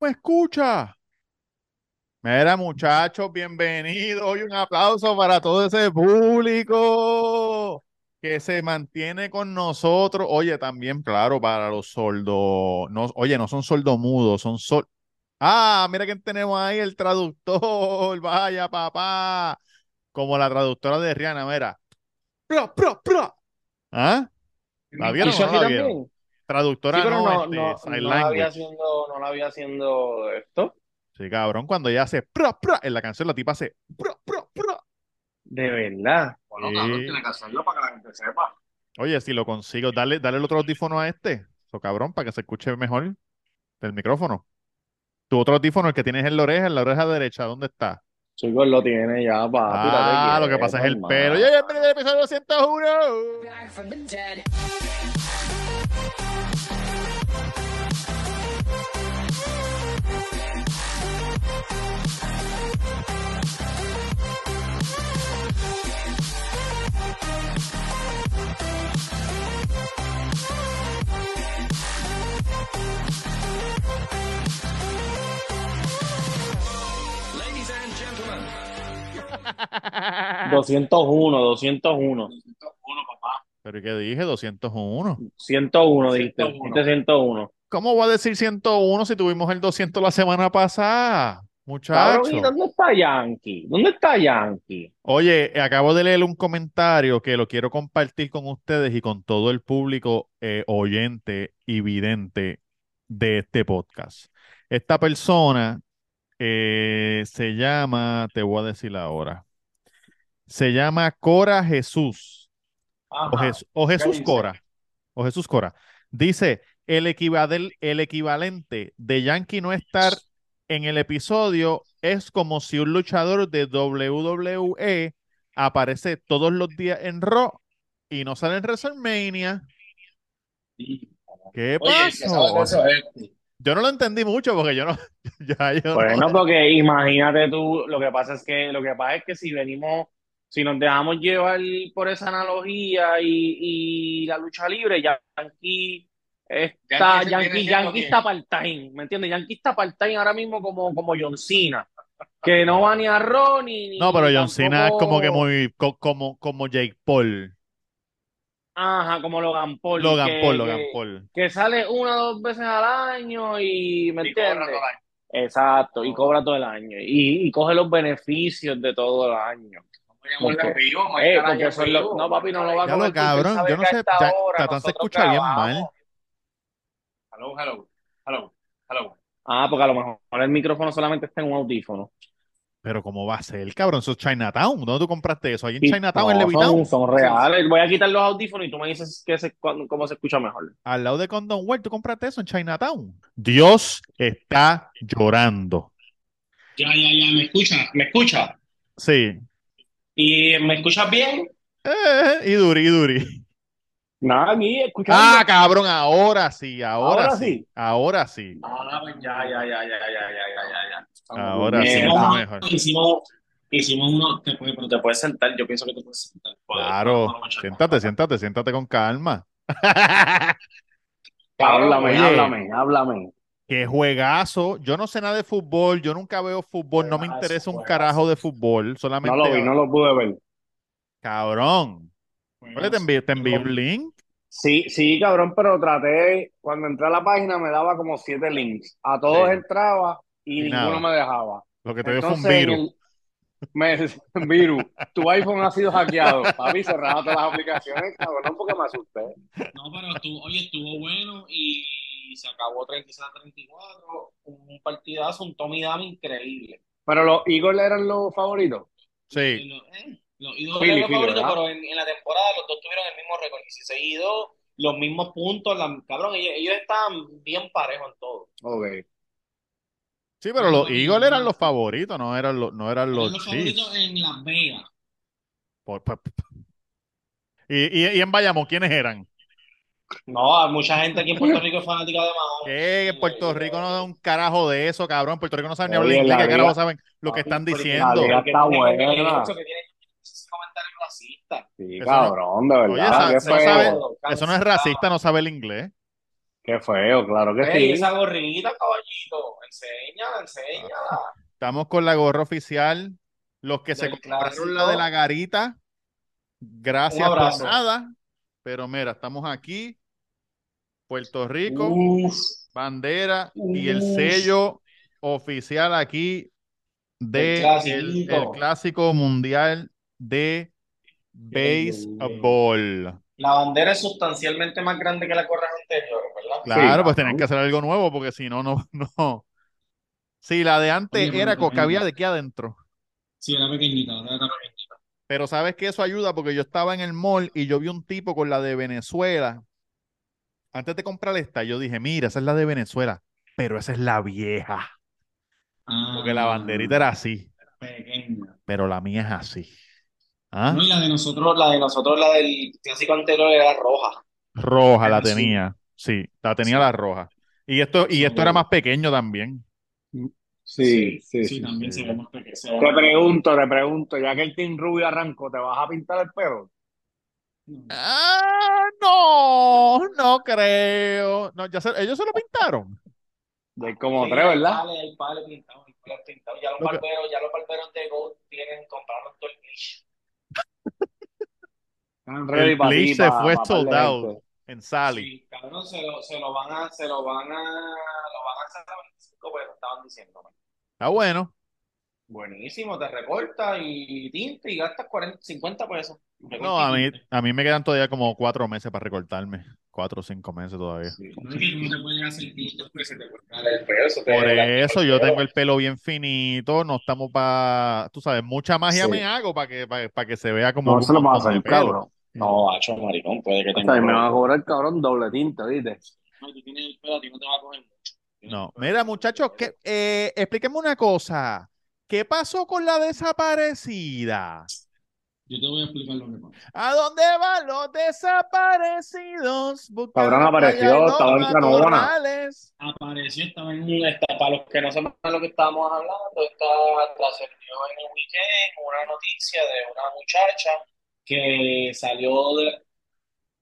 me escucha? Mira, muchachos, bienvenidos. Y un aplauso para todo ese público que se mantiene con nosotros. Oye, también, claro, para los sordos. No, oye, no son sordomudos, son sol. Ah, mira quién tenemos ahí, el traductor. Vaya, papá. Como la traductora de Rihanna, mira. ¡Pro, pro, pro! ¿Ah? ¿La vieron o no Yo aquí la también. vieron? Traductora Sí, pero no, no, este, no, sign no la había language. haciendo, no la había haciendo esto. Sí, cabrón, cuando ella hace pro, pro, en la canción la tipa hace pro, pro, pro. De verdad. Bueno, cabrón, Sí. tiene que hacerlo para que la gente sepa. Oye, si lo consigo, dale, dale el otro audífono a este, so cabrón, para que se escuche mejor del micrófono. Tu otro audífono, el que tienes en la oreja, en la oreja derecha, ¿dónde está? Chicos, lo tiene ya, papi, Ah, lo date que pasa es quieto, el pelo. ¡Ya, ya, el hermano. episodio 201! back from the dead. Ladies and gentlemen. 201, 201. 201, papá. Pero ¿y ¿qué dije? 201. 101, dijiste. 101. Dijiste 101. ¿Cómo va a decir 101 si tuvimos el 200 la semana pasada? Cabrón, ¿y Muchacho. dónde está Yankee? ¿Dónde está Yankee? Oye, acabo de leer un comentario que lo quiero compartir con ustedes y con todo el público eh, oyente y vidente de este podcast. Esta persona eh, se llama, te voy a decir ahora, se llama Cora Jesús o, Ajá. Jes- o ¿Qué Jesús dice? Cora o Jesús Cora. Dice, el equivadel- el equivalente de Yankee no estar en el episodio es como si un luchador de WWE aparece todos los días en Raw y no sale en WrestleMania. Sí. ¿Qué Oye, el que sabe de pasó? eso es este. Yo no lo entendí mucho porque yo no, ya yo no- Bueno, Pues porque imagínate tú, lo que pasa es que lo que pasa es que si venimos, si nos dejamos llevar por esa analogía y, y la lucha libre, Yankee está, Yankee se viene Yankee, siendo Yankee quien- está part-time, ¿me entiendes? Yankee está part-time ahora mismo como, como John Cena, que no va ni a Raw ni, ni No, pero John Cena es como que tampoco- muy, co- como, como Jake Paul, ajá, como Logan Paul, Logan que, Paul, Logan que- Paul. que sale una o dos veces al año y, ¿me Y cobra entiendes? todo el año. Exacto, y cobra todo el año y, y coge los beneficios de todo el año. Vamos a llamarlo en Porque- vivo, Pues más Eh, carajo porque en son vivo. los- no, papi, no lo va a Ya coger lo porque él cabrón, sabe yo que no a sé, esta ya, hora Tatán se nosotros escucha bien mal. grabamos. Hello, hello, hello, hello. Ah, porque a lo mejor el micrófono solamente está en un audífono. Pero ¿cómo va a ser, cabrón? Eso es Chinatown. ¿Dónde tú compraste eso? ¿Ahí en Y- Chinatown, en no, son, Levitown? son reales. Voy a quitar los audífonos y tú me dices que se, cu- cómo se escucha mejor. Al lado de Condon World, ¿tú compraste eso en Chinatown? Dios está llorando. Ya, ya, ya, me escucha, me escucha. Sí. ¿Y me escuchas bien? Eh, y duri, y duri. Nada, aquí escuchando. Ah, cabrón, ahora sí, ahora, Ahora sí. sí. Ahora sí. Ah, pues ya, ya, ya, ya, ya, ya, ya, ya, ya. Estamos Ahora sí, bien. está Hicimos- mejor. Eh, Hicimos, hicimos uno, te puedes, pero te puedes sentar, yo pienso que te puedes sentar. Puedo- Claro. puedo marchar. Siéntate, siéntate, siéntate con calma. Háblame, Oye. háblame, háblame. Qué juegazo. Yo no sé nada de fútbol, yo nunca veo fútbol, no me Juegazo, interesa un juegazo. carajo de fútbol, No solamente, lo vi, no lo pude ver. cabrón. Oye, te envié, te envié un link. Sí, sí, cabrón, pero traté, cuando entré a la página me daba como siete links. A todos Sí. entraba y Y nada. ninguno me dejaba. Lo que te dio fue un Entonces, en virus. el me- virus, tu iPhone ha sido hackeado. Papi, cerraba todas las aplicaciones, cabrón, porque me asusté. No, pero estuvo, oye, estuvo bueno y se acabó 36-34. Un partidazo, un Tommy Dame increíble. Pero los Eagles eran los favoritos. Sí. Los, eh, los ídolos Philly, eran los Philly, favoritos, ¿verdad? pero en, en la temporada los dos tuvieron el mismo récord, 16 y 2, los mismos puntos. la- cabrón, ellos, ellos estaban bien parejos en todo. Ok. Sí, pero los Pero no, Eagles eran no. los favoritos, no eran los, no eran los Eran los Chiefs. favoritos en Las Vegas. Por- por- por- Y, y- y en Bayamón, ¿quiénes eran? No, hay mucha gente aquí en Puerto Rico es fanática de Mahomes. Que en Puerto Rico no da un carajo de eso, cabrón. En Puerto Rico no saben ni hablar Eh, Oye, inglés, la ¿qué carajo liga- saben lo que papi, están Porque- diciendo? la liga- porque está tiene buena. comentarios que tienen esos comentarios racistas. Sí, Eso no- cabrón, de Oye, verdad, Ah, esa- qué no feo. sabe- Todo, Eso no es cabrón. racista, no sabe el inglés. Qué feo, claro que Ey, sí. esa gorrita, caballito, enséñala, Ah, enséñala. Estamos con la gorra oficial. Los que se Del compraron clásico. la de la garita, gracias por abrazo. nada. Pero mira, estamos aquí, Puerto Rico, Uf, bandera y el Uf. sello oficial aquí de Del el, clasiquito. el clásico mundial de béisbol. la bandera es sustancialmente más grande que la gorra anterior, ¿verdad? Claro, pues claro. tienen que hacer algo nuevo porque si no, no, no. Si la de antes Oye, pero era tremendo. con que había de aquí adentro. Sí, era pequeñita, ahora está pequeñita. Pero sabes que eso ayuda porque yo estaba en el mall y yo vi un tipo con la de Venezuela. Antes de comprar esta, yo dije, mira, esa es la de Venezuela, pero esa es la vieja. Ah, Porque la banderita era así, pequeña. pero la mía es así. ¿Ah? No, y la de nosotros, la de nosotros, la del clásico anterior era roja. Roja la Mm. Era azul. tenía. Sí, la tenía Sí. la roja. Y esto, y esto era Ok. más pequeño también. Sí, sí, Sí, sí. también sí. se ve más pequeña. se ve Te más pequeña. pregunto, te pregunto, ya que el Team Rubio arrancó, ¿te vas a pintar el pelo? Ah, no, no creo. No, ya se- ellos se lo pintaron. De como Sí, tres, hay ¿verdad? pales, hay pales pintados, hay pales pintados. Ya los Lo que- barberos, ya los barberos de Gold tienen, compraron todo el glitch. Están El ready pa' ti, bleach se pa- fue pa' sold darle out gente. en Sally. Sí, cabrón, se lo, se lo van a, se lo van a, lo van a hacer a 25 pesos, estaban diciendo. Está bueno. Buenísimo, te recortas y tinte y gastas 40, 50 pesos. Recorte No, a y mí, tinte. a mí me quedan todavía como cuatro meses para recortarme. Cuatro o cinco meses todavía. Sí. No es que tú no te puedes hacer tinte porque se te corta el pelo, eso te Por lastima eso el yo pelo. tengo el pelo bien finito, no estamos para, tú sabes, mucha magia Sí. me hago para que, para, que se vea como No que se un lo vas a montón de hacer, pelo. cabrón. No, hacho, maricón, puede que O tenga sea, y me va a problemas. cobrar, cabrón, doble tinta, ¿viste? No, tú tienes el pelo, a ti no te va a coger mucho. Tienes No, el mira pelo, muchachos, tienes que, eh, explíquenme una cosa. ¿Qué pasó con la desaparecida? Yo te voy a explicar lo que pasa. ¿A dónde van los desaparecidos? Buscando Cabrón apareció, callos estaba en Canóvana. matorrales. Apareció, estaba en un... Está, para los que no sepan de lo que estábamos hablando, está, trascendió en el weekend una noticia de una muchacha que salió de...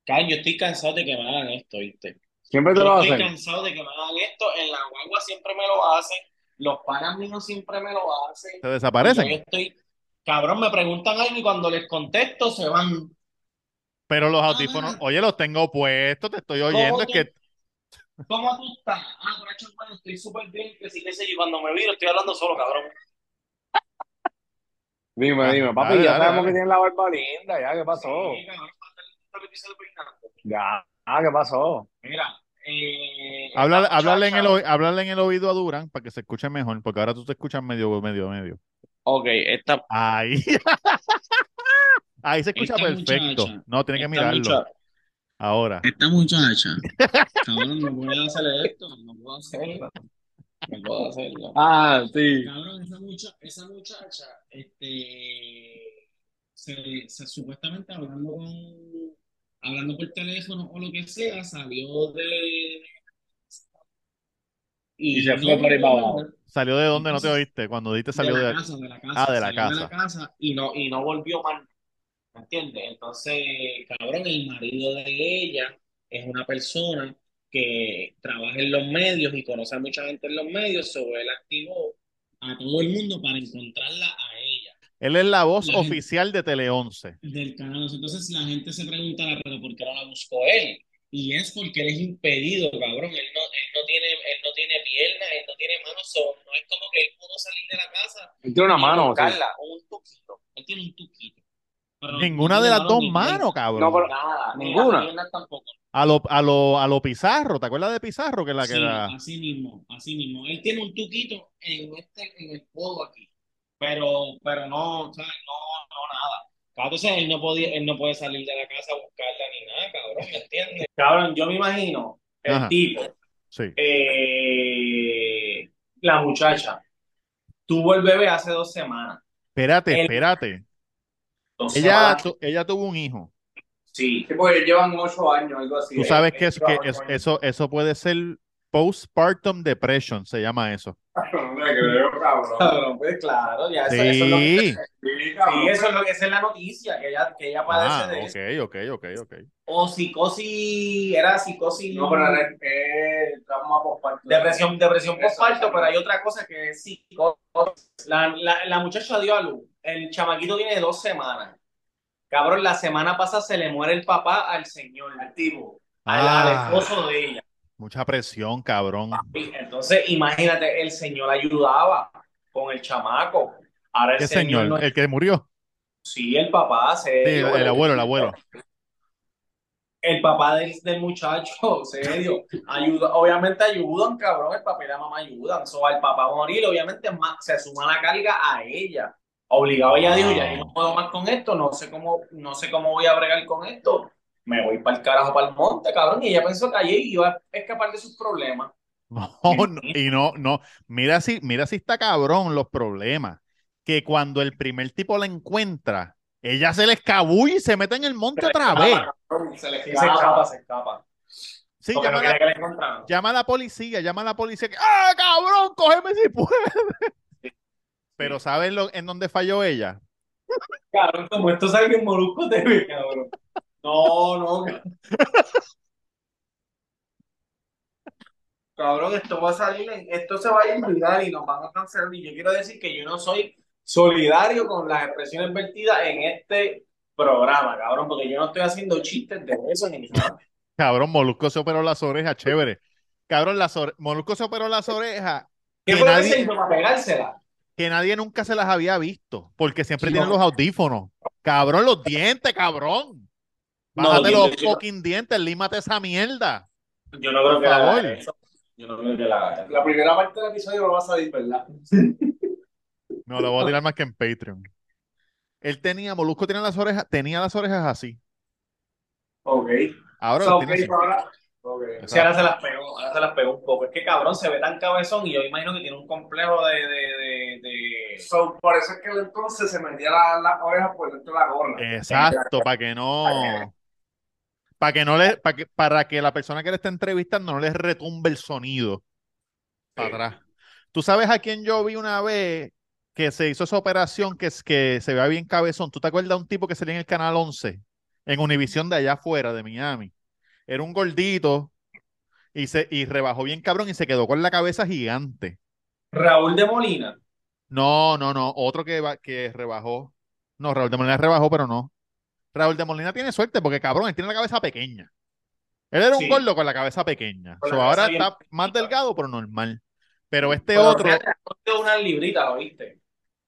Caño, yo estoy cansado de que me hagan esto, ¿viste? Siempre te Yo lo vas a estoy hacer. cansado de que me hagan esto. En la guagua siempre me lo hacen. Los panas míos siempre me lo hacen. ¿Se Y yo desaparecen? estoy... Cabrón, me preguntan algo y cuando les contesto se van... Pero los Ah, audífonos, oye, los tengo puestos, te estoy oyendo, ¿cómo es tú que ¿Cómo tú estás? Ah, macho, hermano, estoy súper bien, que sí, que sé yo. Y Cuando me viro, estoy hablando solo, cabrón. Dime, Ah, dime, papi, dale, ya dale, sabemos dale. que tiene la barba linda, ya, ¿qué pasó? Sí, cabrón, hasta el punto que estoy peinando. Ya, ah, ¿qué pasó? Mira, eh, esta Háblale, háblale en muchacha, el, oí- háblale en el oído a Durán para que se escuche mejor, porque ahora tú te escuchas medio, medio, medio. ok, esta, Ahí. Ahí se escucha esta perfecto. muchacha, No, tiene que esta mirarlo. muchacha, Ahora. esta muchacha, cabrón, no puedo hacer esto, no puedo hacerlo, no puedo hacerlo. Ah, sí. Cabrón, esa, mucha- esa muchacha, este, se, se- supuestamente hablando con, hablando por teléfono o lo que sea, salió de... Y se fue por ahí para abajo. ¿Salió de dónde? No te Entonces, oíste. Cuando diste de salió la de... casa, de la casa, Ah, de la salió de casa. la casa y no, y no volvió más, ¿me entiendes? Entonces, cabrón, el marido de ella es una persona que trabaja en los medios y conoce a mucha gente en los medios, sobre él activó a todo el mundo para encontrarla a ella. Él es la voz La gente- oficial de Tele 11. del canal. Entonces la gente se preguntará, pero ¿por qué no la buscó él? Y es porque él es impedido, cabrón. Él no, él no tiene, él no tiene piernas, él no tiene manos. so, no es como que él pudo salir de la casa Él tiene una y mano, sí. buscarla, o un tuquito. Él tiene un tuquito. Pero no Ninguna de tiene las manos dos ni manos, piernas. cabrón. No, pero- Nada, ni las Ninguna. piernas tampoco. A lo, a lo, a lo Pizarro. ¿Te acuerdas de Pizarro? Que la que Sí, era... así mismo, así mismo. Él tiene un tuquito en este, en el codo aquí, pero, pero no, o sea, no, no nada. Claro, Entonces él no podía, él no puede salir de la casa a buscarla ni nada, cabrón, ¿me entiendes? Cabrón, yo me imagino el Ajá. tipo, Sí. eh, la muchacha, tuvo el bebé hace dos semanas. Espérate, Él- espérate. Dos Ella, semanas, tu- ella tuvo un hijo. sí. Sí, porque llevan ocho años, algo así. Tú eh, sabes eh, que, es- lleva que ocho es- años. eso, eso puede ser postpartum depression, se llama eso. te creo, cabrón. Cabrón, pues claro, ya eso, eso es lo que, Sí. Sí, sí, cabrón. eso es lo que esa es la noticia, que ella, que ella padece Ah, de eso. ok, ok, ok, ok. O psicosis, era psicosis, No, pero es es trauma postparto. depresión, depresión Eso, postparto, eso. pero hay otra cosa que es psicosis. La, la, la muchacha dio a luz, el chamaquito tiene dos semanas. Cabrón, la semana pasada se le muere el papá al señor, Ah. al tipo, al, al Ah. esposo de ella. Mucha presión, cabrón. Y Entonces, imagínate, el señor ayudaba con el chamaco. Ahora el ¿Qué señor no señor? ¿El que murió? Sí, el papá se Sí, el, el abuelo, el abuelo. El papá del, del muchacho, serio, ayuda, obviamente ayudan, cabrón, el papá y la mamá ayudan. So, al papá morir, obviamente es más- se suma la carga a ella. Obligado, ella dijo, ya yo no puedo más con esto, no sé cómo, no sé cómo voy a bregar con esto. Me voy para el carajo, para el monte, cabrón. Y ella pensó que allí iba a escapar de sus problemas. No, no, y no, no. Mira si, mira si está cabrón los problemas. Que cuando el primer tipo la encuentra, ella se le escabulle y se mete en el monte otra vez. Se le escapa. escapa, se escapa. Sí, Porque no llama a quería la, que la encontraran. llama a la policía, llama a la policía. que, ¡Ah, cabrón! ¡Cógeme si puedes! Pero ¿sabes lo, en dónde falló ella? Cabrón, como esto sale en Molusco TV, cabrón. No, no. Cabrón, esto va a salir, en- esto se va a ir viral y nos van a cancelar. Y yo quiero decir que yo no soy solidario con las expresiones vertidas en este programa, cabrón, porque yo no estoy haciendo chistes de eso ni nada. Cabrón, Molusco se operó las orejas, chévere. Cabrón, las ore- Molusco se operó las orejas ¿Qué Que fue lo que nadie- se hizo para pegársela? que nadie nunca se las había visto, porque siempre No. tienen los audífonos. Cabrón, los dientes, cabrón. No, Bájate los los dientes, yo- fucking dientes, límate esa mierda. Yo no creo Por que la haga favor. eso. Yo no creo que la haga eso. La primera parte del episodio no va a salir, ¿verdad? No, lo voy a tirar más que en Patreon. Él tenía, Molusco tenía las orejas, tenía las orejas así. Ok. Ahora So, las ok, tiene así. ahora. Okay. Sí, ahora se las pegó, ahora se las pegó un poco. Es que cabrón, se ve tan cabezón y yo imagino que tiene un complejo de, de, de, de- So, por eso es que entonces se metía la, la oreja por dentro de la gorra. Exacto, para que no, para que no le, para que, para que la persona que le está entrevistando no les retumbe el sonido para Sí. atrás. Tú sabes a quién yo vi una vez que se hizo esa operación que, es- que se vea bien cabezón. ¿Tú te acuerdas de un tipo que salía en el Canal 11, en Univisión de allá afuera, de Miami? Era un gordito y, se, y rebajó bien cabrón y se quedó con la cabeza gigante. Raúl de Molina. No, no, no. Otro que, va- que rebajó. No, Raúl de Molina rebajó, pero no. Raúl de Molina tiene suerte porque, cabrón, él tiene la cabeza pequeña. Él era un Sí. gordo con la cabeza pequeña. Con la So, cabeza ahora bien está más chiquita. delgado, pero normal. Pero este Pero otro, fíjate, ponte una librita, ¿lo viste?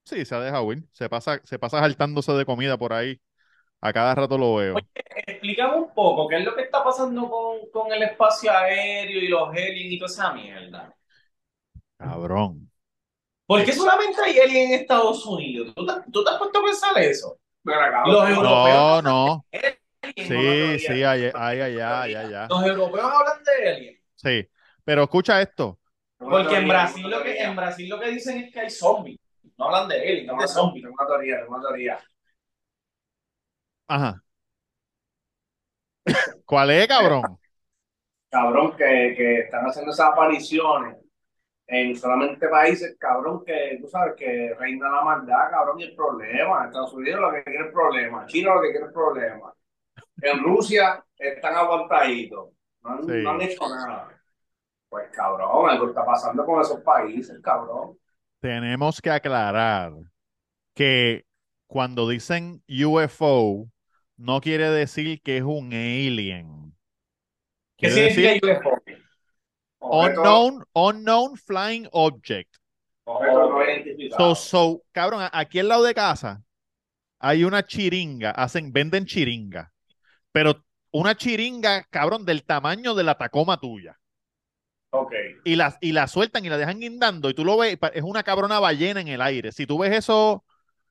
sí, se ha dejado ir. Se pasa, se pasa saltándose de comida por ahí. A cada rato lo veo. Explícame un poco qué es lo que está pasando con, con el espacio aéreo y los aliens y toda esa mierda. Cabrón. ¿Por qué solamente hay aliens en Estados Unidos? ¿Tú te, tú te has puesto a pensar eso? Pero acá, Los No, europeos, no. aliens, no lo Sí, veían. sí, ahí, ahí, allá, allá, allá. Los europeos hablan de aliens. Sí. Pero escucha esto. Porque en Brasil lo que, en Brasil lo que dicen es que hay zombies. No hablan de aliens, hablan de Tengo zombies. una teoría, tengo una teoría. Ajá. ¿Cuál es, cabrón? cabrón, que, que están haciendo esas apariciones en solamente países, cabrón, que tú sabes que reina la maldad, cabrón, y el problema. Estados Unidos lo que quiere es problema, China lo que quiere es problema. En Rusia están aguantaditos, no han, Sí. no han hecho nada. Pues cabrón, algo está pasando con esos países, cabrón. Tenemos que aclarar que cuando dicen UFO, no quiere decir que es un alien. ¿Qué Quiere significa decir UFO? Oh, Objetos, unknown, unknown flying object. objetos no So, identificados. so, cabrón, a- aquí al lado de casa hay una chiringa, hacen, venden chiringa, pero una chiringa, cabrón, del tamaño de la Tacoma tuya. Ok. y la, y la sueltan y la dejan guindando y tú lo ves, pa- es una cabrona ballena en el aire. Si tú ves eso,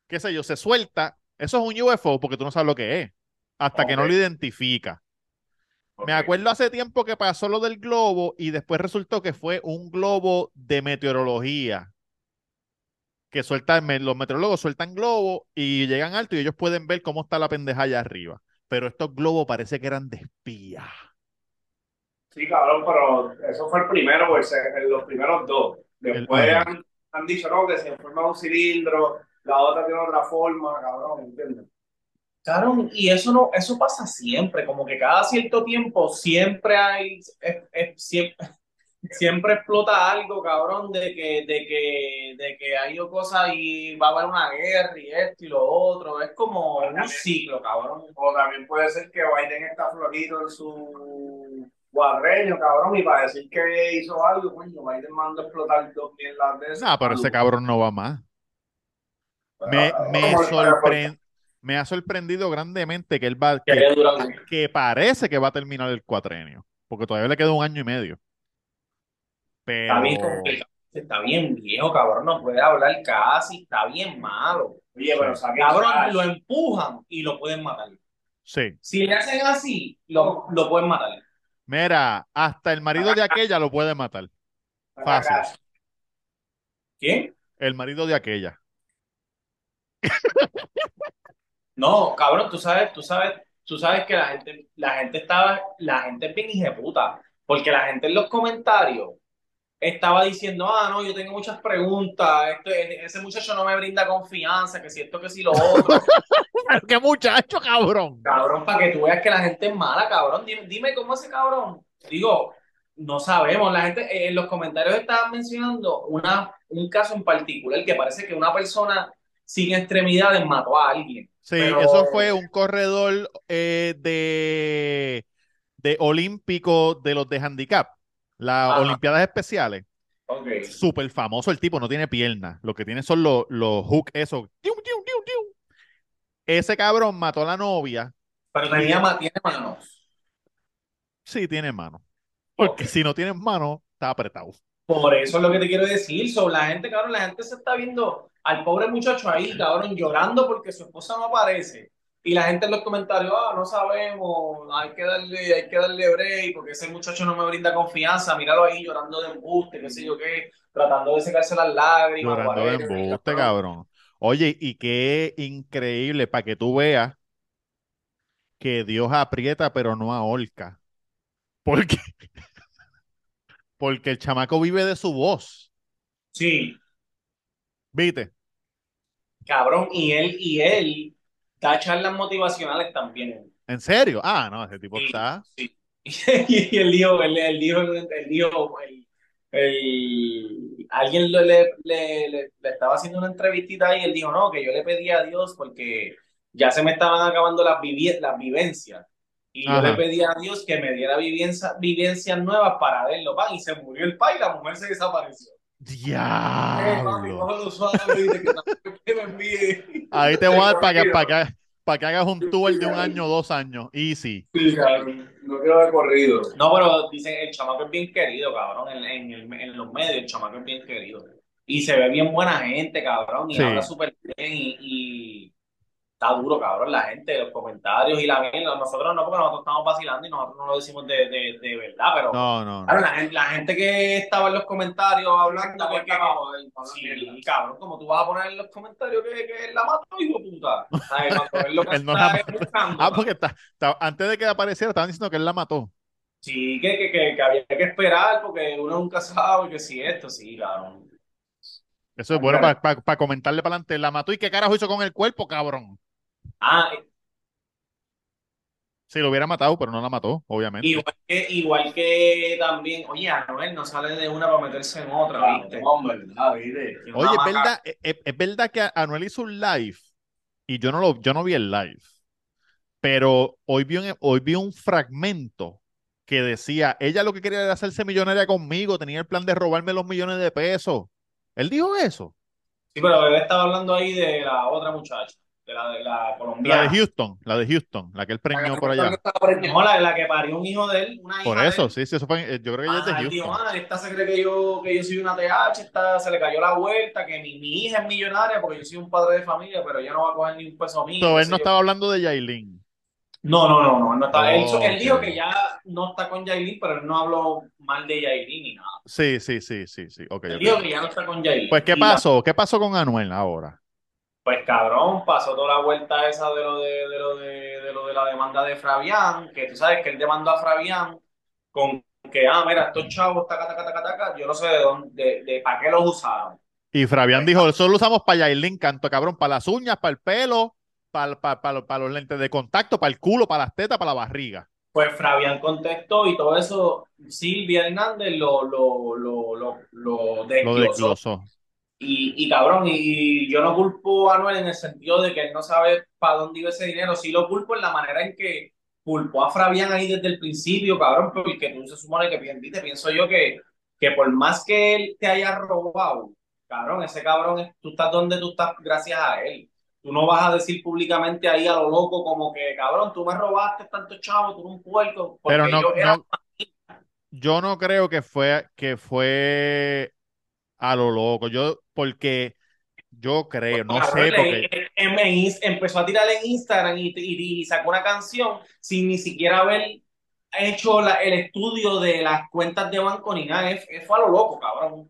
qué sé yo, se suelta, eso es un UFO porque tú no sabes lo que es, hasta que no Ok. lo identifica. ok. Me acuerdo hace tiempo que pasó lo del globo y después resultó que fue un globo de meteorología. Que sueltan, me- los meteorólogos sueltan globos y llegan alto y ellos pueden ver cómo está la pendeja allá arriba. Pero estos globos parece que eran de espía. eh, Sí, cabrón, pero eso fue el primero, pues, en los primeros dos. Después El- han, han dicho, no, que se forma un cilindro, la otra tiene otra forma, cabrón, ¿entiendes? Claro, y eso no, eso pasa siempre, como que cada cierto tiempo siempre hay, es- es- siempre, siempre explota algo, cabrón, de que, de que, de que hay dos cosas y va a haber una guerra y esto y lo otro. Es como un ciclo, cabrón. O también puede ser que Biden está flojito en su guarreño, cabrón, y para decir que hizo algo, coño, Biden mandó a explotar dos mierdas de esas. Nah, pero ese cabrón no va más. Me, Pero, me ¿cómo le paga por- sorpre- me ha sorprendido grandemente que él va, Que que, dura- que parece que va a terminar el cuatrenio, porque todavía le queda un año y medio. Está Pero, bien complicado, está bien viejo, cabrón, no puede hablar casi, está bien malo. Oye, pero saqué Cabrón, lo empujan y lo pueden matar. sí. Si le hacen así, lo, lo pueden matar. Mira, hasta el marido de aquella lo puede matar. fácil. ¿Quién? El marido de aquella. No, cabrón, tú sabes, tú sabes, tú sabes que la gente, la gente estaba, la gente es bien hijeputa, porque la gente en los comentarios estaba diciendo, ah, no, yo tengo muchas preguntas, esto- ese muchacho no me brinda confianza, que si esto, que si lo otro. Pero qué muchacho, cabrón. Cabrón, para que tú veas que la gente es mala, cabrón. Dime, dime cómo ese cabrón. Digo, no sabemos. La gente eh, en los comentarios estaban mencionando una, un caso en particular que parece que una persona sin extremidades mató a alguien. Sí, Pero- eso fue un corredor eh, de, de olímpico de los de handicap, las Ajá. Olimpiadas Especiales. Ok. Súper famoso el tipo, no tiene piernas. Lo que tiene son los, los hooks, esos. ¡Tiu, tiu, tiu, tiu! Ese cabrón mató a la novia. Pero tenía, ma- tiene manos. Sí, tiene mano. Porque Ok. si no tienes mano, está apretado. Por eso es lo que te quiero decir. sobre la gente, cabrón, la gente se está viendo al pobre muchacho ahí, cabrón, llorando porque su esposa no aparece. Y la gente en los comentarios, ah, no sabemos, hay que darle, hay que darle break, porque ese muchacho no me brinda confianza. Míralo ahí llorando de embuste, qué sé yo qué, tratando de secarse las lágrimas. Llorando de whatever, embuste, cabrón. Oye, y qué increíble para que tú veas que Dios aprieta, pero no ahorca. Porque, porque el chamaco vive de su voz. Sí, ¿Viste? cabrón, y él, y él da charlas motivacionales también. ¿En serio? Ah, no, ese tipo Sí, está. sí. Y el lío, el, el lío, el lío, el- el- alguien lo- le, le- le- le estaba haciendo una entrevistita y él dijo, no, que yo le pedí a Dios porque ya se me estaban acabando las, vivi- las vivencias. Y yo Ajá. le pedí a Dios que me diera vivencia- vivencias nuevas para verlo, pan. Y se murió el pan y la mujer se desapareció. Eh, papi, ¡Diablo! cógelo suave, dice, que tampoco que me envíe. Ahí te voy a dar para que, Tranquilo. para que, para que hagas un tour de un año o dos años. Easy. Sí, cabrón. No quiero de corrido. No, pero dicen, el chamaco es bien querido, cabrón, en, en, el- en los medios, el chamaco es bien querido. Y se ve bien buena gente, cabrón, y Sí. habla súper bien, y, y está duro, cabrón, la gente, los comentarios y la mierda. Nosotros no, porque nosotros estamos vacilando y nosotros no lo decimos de, de, de verdad, pero No, no, claro, no. la, gen- la gente que estaba en los comentarios hablando, porque, sí, Sí. cabrón, como tú vas a poner en los comentarios que, que él la mató, hijo de puta. ¿Sabes? Cuando él lo que Él no la está es buscando, Ah, porque está- está- antes de que apareciera, estaban diciendo que él la mató. Sí, que, que, que, que había que esperar porque uno nunca sabe que si esto, sí, cabrón. Eso Ah, es bueno para comentarle para adelante. La mató y qué carajo hizo con el cuerpo, cabrón. Ah, Si lo hubiera matado, pero no la mató, obviamente. igual que, igual que también, oye, Anuel no sale de una para meterse en otra, ¿viste? Hombre, ¿verdad, viste? Tiene una Oye, es maca- verdad, es, es- es verdad que Anuel hizo un live y yo no lo, yo no vi el live, pero hoy vi un, hoy vi un fragmento que decía, ella lo que quería era hacerse millonaria conmigo, tenía el plan de robarme los millones de pesos. Él dijo eso, Sí, pero Bebé estaba hablando ahí de la otra muchacha, de la, de la la de colombiana. Houston, la de Houston, la que él preñó Ah, por allá. No, la, la que parió un hijo de él, una Por hija de eso, él. sí, sí, eso fue, en- yo creo que ella es de Ah, él dijo, Houston. ah, esta se cree que yo, que yo soy una TH, esta se le cayó la vuelta, que mi, mi hija es millonaria porque yo soy un padre de familia, pero ella no va a coger ni un peso mío. Pero qué él sé no yo. estaba hablando de Yailin. No, no, no, no, él no está. él, Oh, él dijo ok. que ya no está con Yailin, pero él no habló mal de Yailin ni nada. Sí, sí, sí, sí, sí. Ok, Él ok. dijo que ya no está con Yailin. Pues, ¿qué Y la- pasó? ¿Qué pasó con Anuel ahora? pues cabrón, pasó toda la vuelta esa de lo de, de lo de, de lo de la demanda de Fabián, que tú sabes que él demandó a Fabián con que, ah, mira, estos chavos, taca, taca, taca, taca, yo no sé de dónde, de, de para qué los usaron. Y Fabián dijo, solo usamos para Yailin, canto cabrón, para las uñas, para el pelo, para, para, para, para los lentes de contacto, para el culo, para las tetas, para la barriga. Pues Fabián contestó y todo eso, Silvia Hernández lo, lo, lo, lo, lo Lo desglosó. desglosó. Y, y cabrón, y yo no culpo a Anuel en el sentido de que él no sabe para dónde iba ese dinero, sí lo culpo en la manera en que culpó a Fabián ahí desde el principio, cabrón, porque tú se supone que piensas, pienso yo que, que por más que él te haya robado, cabrón, ese cabrón, es- tú estás donde tú estás gracias a él. Tú no vas a decir públicamente ahí a lo loco como que, cabrón, tú me robaste tanto chavo, tú eres un puerco, porque Pero no, yo era... no- yo no creo que fue, que fue a lo loco. Yo, porque yo creo, no sé, Cabrón, porque le- em- en Ins- empezó a tirar en Instagram y, y- y sacó una canción sin ni siquiera haber hecho la- el estudio de las cuentas de banco ni nada. Es- es- fue a lo loco, cabrón.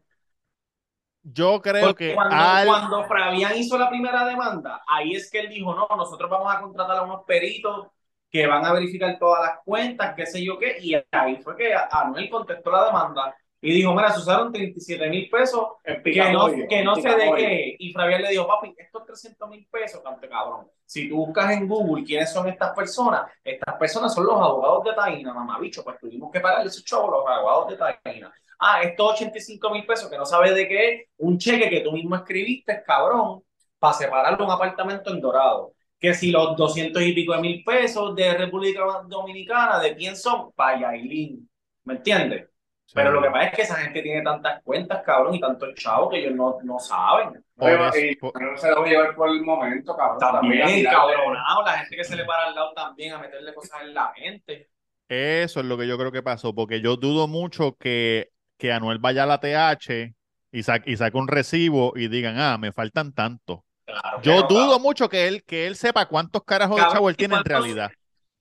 yo creo Porque que cuando, al- cuando Fabián hizo la primera demanda, ahí es que él dijo, no, nosotros vamos a contratar a unos peritos que van a verificar todas las cuentas, qué sé yo qué, y ahí fue que Anuel contestó la demanda y dijo, mira, se usaron 37 mil pesos El que no, picabollo, que el no sé de picabollo. qué. Y Fabián le dijo, papi, estos 300 mil pesos, cante cabrón. Si tú buscas en Google quiénes son estas personas, estas personas son los abogados de Taina, mamabicho. Pues tuvimos que pagarle esos chavos los abogados de Taina. Ah, estos 85 mil pesos que no sabes de qué es, un cheque que tú mismo escribiste, cabrón, para separarle un apartamento en Dorado. Que si los 200 y pico de mil pesos de República Dominicana, ¿de quién son? Para Yailin. ¿Me entiendes? Pero lo que pasa es que esa gente tiene tantas cuentas, cabrón, y tantos chavos que ellos no, no saben. por Oye, eso- y por- no se lo voy a llevar por el momento, cabrón. También, mira, cabronado, la gente que se le para al lado también a meterle cosas en la gente. Eso es lo que yo creo que pasó, porque yo dudo mucho que, que Anuel vaya a la TH y, sa- y saque un recibo y digan, ah, me faltan tanto. Claro que Yo no, dudo mucho que él, que él sepa cuántos carajos de Cabrón, chavo él ¿y tiene en cuántos- realidad.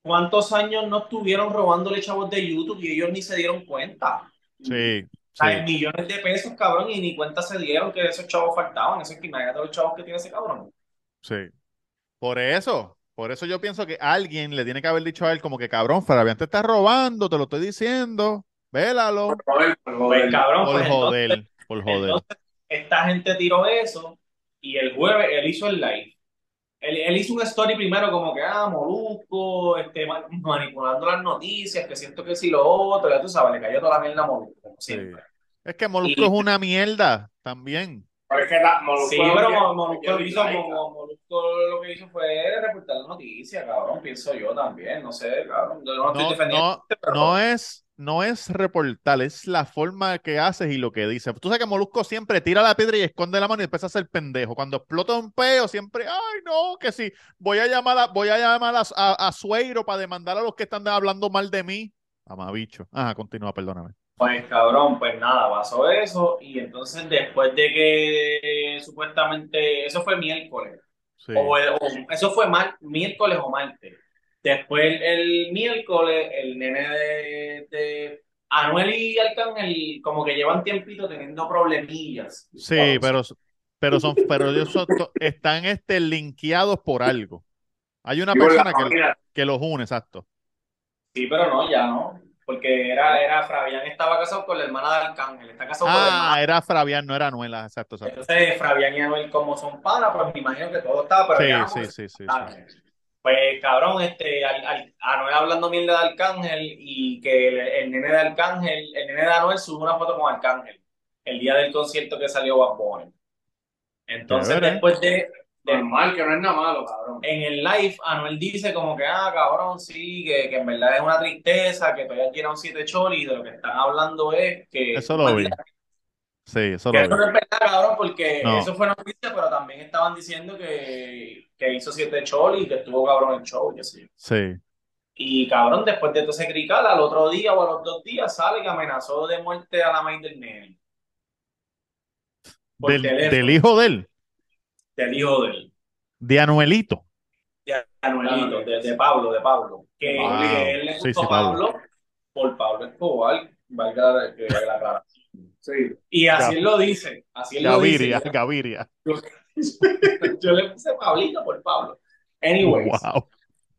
¿Cuántos años no estuvieron robándole chavos de YouTube y ellos ni se dieron cuenta? Sí, O sea, sí. millones de pesos, cabrón, y ni cuenta se dieron que esos chavos faltaban. Eso es que imagínate los chavos que tiene ese cabrón. Sí. Por eso, por eso yo pienso que alguien le tiene que haber dicho a él como que cabrón, Fabián te está robando, te lo estoy diciendo, vélalo, Por joder, por joder. Pues, cabrón, por pues, entonces, joder, por joder. Entonces, esta gente tiró eso y el jueves él hizo el live. Él, él hizo un story primero como que, ah, Molusco, este, ma- manipulando las noticias, que siento que si lo otro, ya tú sabes, le cayó toda la mierda a Molusco, como Sí. siempre. Es que Molusco Y- es una mierda también. Pero es que la- Molusco Sí, no pero quiere- Mo- no quiere Molusco, hizo, like, Mo- Mo- Molusco lo que hizo fue reportar la noticia, cabrón, pienso yo también, no sé, cabrón, yo no estoy No, defendiendo, no, no es, no es reportar, es la forma que haces y lo que dices. Tú sabes que Molusco siempre tira la piedra y esconde la mano y empieza a ser pendejo. Cuando explota un peo, siempre, ay no, que sí, voy a llamar a, voy a llamar a, a- a Sueiro para demandar a los que están hablando mal de mí. Amabicho. Ajá, continúa, perdóname. Pues cabrón, pues nada, pasó eso y entonces después de que eh, supuestamente, eso fue miércoles. Sí. O el- o- eso fue mar- miércoles o martes. Después el miércoles, el nene de, de Anuel y Arcángel como que llevan tiempito teniendo problemillas. Sí, pero, pero son, pero ellos son to- están este, linkeados por algo. Hay una y por la persona que, familia. que los une, exacto. Sí, pero no, ya no. Porque era, era Fabián estaba casado con la hermana de Arcángel, está casado con la Ah, hermana. era Fabián, no era Anuela, exacto, exacto. Entonces, Fabián y Anuel como son panas, pues me imagino que todo estaba, pero Sí, ya no, sí, sí, sí, Ah, sí. Pues cabrón, este, al, al- Anuel hablando mierda de Arcángel y que el, el nene de Arcángel, el nene de Anuel subió una foto con Arcángel el día del concierto que salió Bad Bunny. Entonces Chévere. después de, de- Normal, que no es nada malo, cabrón. en el live, Anuel dice como que, ah, cabrón, sí, que, que en verdad es una tristeza, que todavía quieren siete cholis, y de lo que están hablando es que... Eso lo vi. Sí, eso Que lo vi. eso no es verdad, cabrón, porque No. eso fue noticia, pero también estaban diciendo que, que hizo siete cholis y que estuvo cabrón el show, yo sé. Sí. Y cabrón, después de todo ese crical, al otro día o a los dos días sale que amenazó de muerte a la maíz del nene. Por Del, teléfono, del hijo de él, del hijo de él, de Anuelito. de Anuelito, de, de Pablo, de Pablo. Que, Wow. que Eh, él le Sí, puso sí, Pablo. Pablo por Pablo Escobar, valga la, que valga la cara. Sí. Y así él lo dice, así él lo dice. Gaviria, Gaviria. Yo le puse Pablito por Pablo. Anyways, Wow.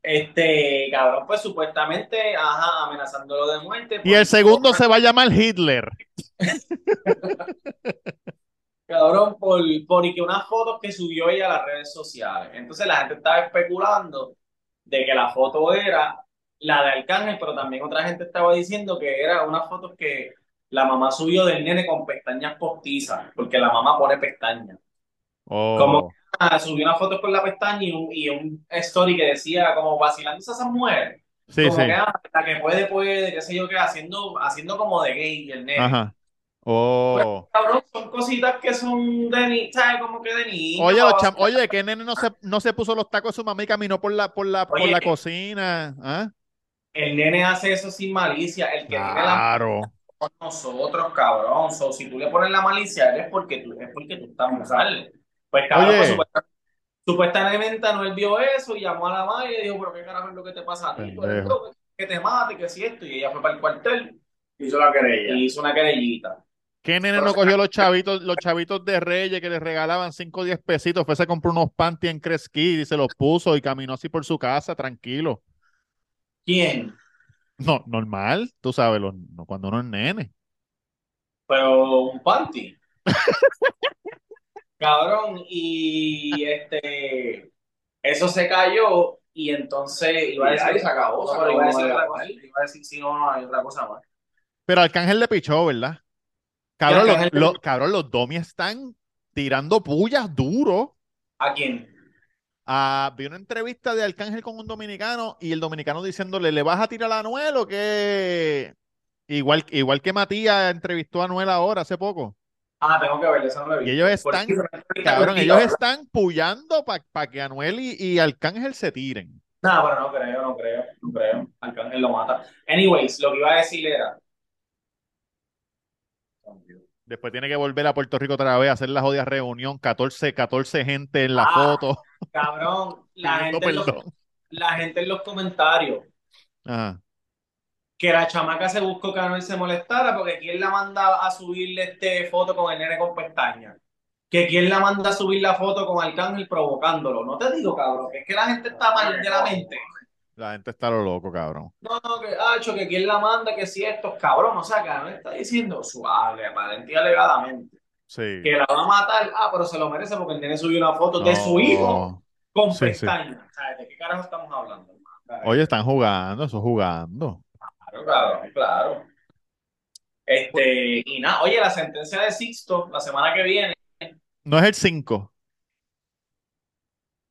este cabrón, pues supuestamente, ajá, amenazándolo de muerte. Y el por- segundo se va a llamar Hitler. cabrón, por, por y que unas fotos que subió ella a las redes sociales. Entonces la gente estaba especulando de que la foto era la de Arcángel, pero también otra gente estaba diciendo que era unas fotos que la mamá subió del nene con pestañas postizas, porque la mamá pone pestañas. Oh, Como- Ah, subió una foto con la pestaña y un, y un story que decía como vacilándose a esas mujeres. sí, como sí. que ah, la que puede, puede, qué sé yo qué, haciendo, haciendo como de gay el nene. Ajá. Oh. Cabrón, son cositas que son de ni, ¿sabes? Como que de niño. Oye, los cham- vacilar. oye, que nene no se, no se puso los tacos de su mamá y caminó por la, por la, por Oye. la cocina. ¿Ah? El nene hace eso sin malicia. El que tiene la Claro. con nosotros, cabrón. So, si tú le pones la malicia, es porque tú, es porque tú estás mal. Pues cabrón, Oye. pues, supuesta- supuestamente Anuel vio eso y llamó a la madre y le dijo, pero qué carajo es lo que te pasa a ti, tú eres Pendejo. loco, que te mate, que si esto. Y ella fue para el cuartel Hizo la querella. y hizo una querellita. ¿Qué nene no cogió los chavitos, los chavitos de Reyes que le regalaban 5 o 10 pesitos? Fue, se compró unos panty en Cresquí y se los puso y caminó así por su casa, tranquilo. ¿Quién? No, normal, tú sabes, los- no, cuando uno es nene. Pero un panty. Cabrón, y este, eso se cayó y entonces iba a Y decir ahí se acabó, No, se pero acabó iba a la decir otra mala cosa, iba a decir, sí, no, no, hay otra cosa más. Pero Arcángel le pichó, ¿verdad? Cabrón, Y los, Arcángel- los- cabrón, los domis están tirando pullas duro. ¿A quién? Ah, vi una entrevista de Arcángel con un dominicano y el dominicano diciéndole, ¿le vas a tirar a Anuel o qué? Igual, igual que Matías entrevistó a Anuel ahora hace poco. Ah, tengo que verlo, eso no lo he Y visto. ellos Por están eso, ahorita Cabrón, contigo, ellos están pullando para que Anuel y, y Arcángel se tiren. No, pero no creo, no creo, no creo. Arcángel lo mata. Anyways, lo que iba a decir era. Después tiene que volver a Puerto Rico otra vez a hacer la jodida reunión, 14, 14 gente en la Ah, foto. Cabrón, la pidiendo gente, en los, perdón. la gente en los comentarios. Ajá. Que la chamaca se buscó que Anuel se molestara porque quién la manda a subirle este foto con el nene con pestañas. Que quién la manda a subir la foto con Arcángel provocándolo. No te digo, cabrón, que es que la gente está mal de la mente. La gente está lo loco, cabrón. No, no, que, hacho, que quién la manda, que si estos cabrón, o sea, que Anuel está diciendo suave, aparente y alegadamente. Sí. que la va a matar, ah, pero se lo merece porque el nene subió una foto de No. su hijo con Sí, sí. pestañas. ¿Sabes de qué carajo estamos hablando? hermano? Oye, están jugando, eso jugando. Claro, claro, claro. Este, y nada, oye, la sentencia de Sixto la semana que viene, No es el 5.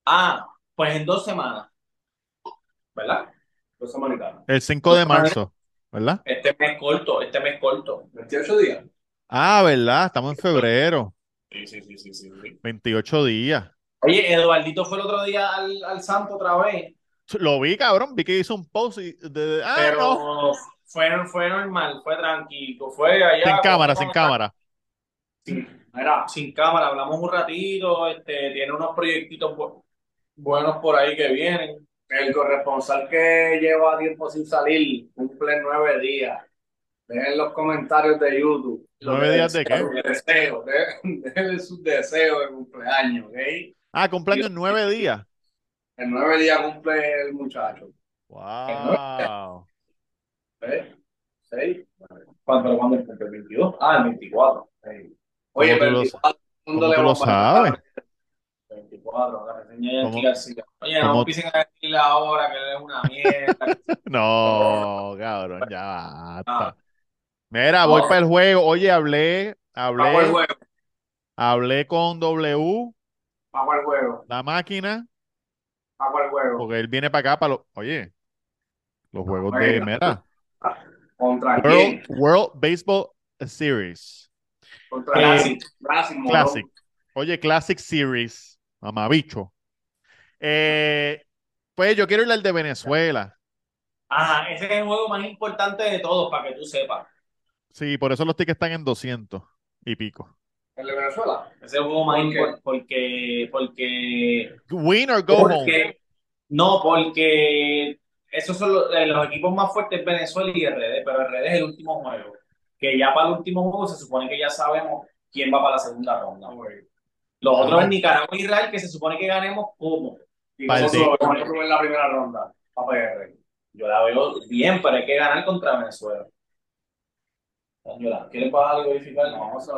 ah, pues en dos semanas, ¿verdad? Dos samaritanos. El 5 de marzo, ¿verdad? Este mes corto, este mes corto. 28 días. Ah, ¿verdad? Estamos en febrero. Sí, sí, sí, sí, sí. sí. 28 días. Oye, Eduardito fue el otro día al, al santo otra vez, Lo vi, cabrón. Vi que hizo un post y. de- de- ah, pero no. fue, fue normal, fue tranquilo, fue allá. Sin cámara, con- sin cámara. Mira, sin cámara, hablamos un ratito, este, tiene unos proyectitos bu- buenos por ahí que vienen. el corresponsal que lleva tiempo sin salir cumple nueve días. Dejen los comentarios de YouTube. lo ¿Nueve que días de desean, Deseos, de- dejen sus deseos de cumpleaños, ¿ok? Ah, cumpleaños en nueve días. En nueve días cumple el muchacho. Wow. ¿eh? ¿Sí? ¿Cuándo lo mando el 22? Ah, el 24. Sí. ¿Cómo Oye, tú pero lo el sa- 24 todo el mundo cómo tú le va lo a matar. sabes? 24, la reseña de ¿Cómo? Yankee García. Oye, no ¿Cómo? empiecen a decirle ahora que él es una mierda. No, cabrón, ya basta. Ah. Mira, voy para el juego. Oye, hablé, Vamos al hablé, juego, hablé con W, vamos al juego, la máquina, vamos al juego. porque él viene para acá para los. Oye, los juegos de. Mira, ¿Contra quién? World, World Baseball Series. Contra Eh, Classic. Classic, morón. Classic. Oye, Classic Series. Mamabicho. Eh, pues yo quiero ir al de Venezuela. Ajá, ese es el juego más importante de todos, para que tú sepas. Sí, por eso los tickets están en 200 y pico. ¿El de Venezuela? Ese es el juego más ¿Por qué? importante porque, porque Win or go home. Porque- no, porque esos son los, eh, los equipos más fuertes, Venezuela y RD, pero RD es el último juego. Que ya para el último juego se supone que ya sabemos quién va para la segunda ronda. Los otros es Nicaragua y Israel, que se supone que ganemos como. ¿Y Para el cómo de- tú- cómo tú ves la primera ronda? Para PR. Yo la veo bien, pero hay que ganar contra Venezuela. Daniela, ¿quieres bajar algo y fijar? Vamos a...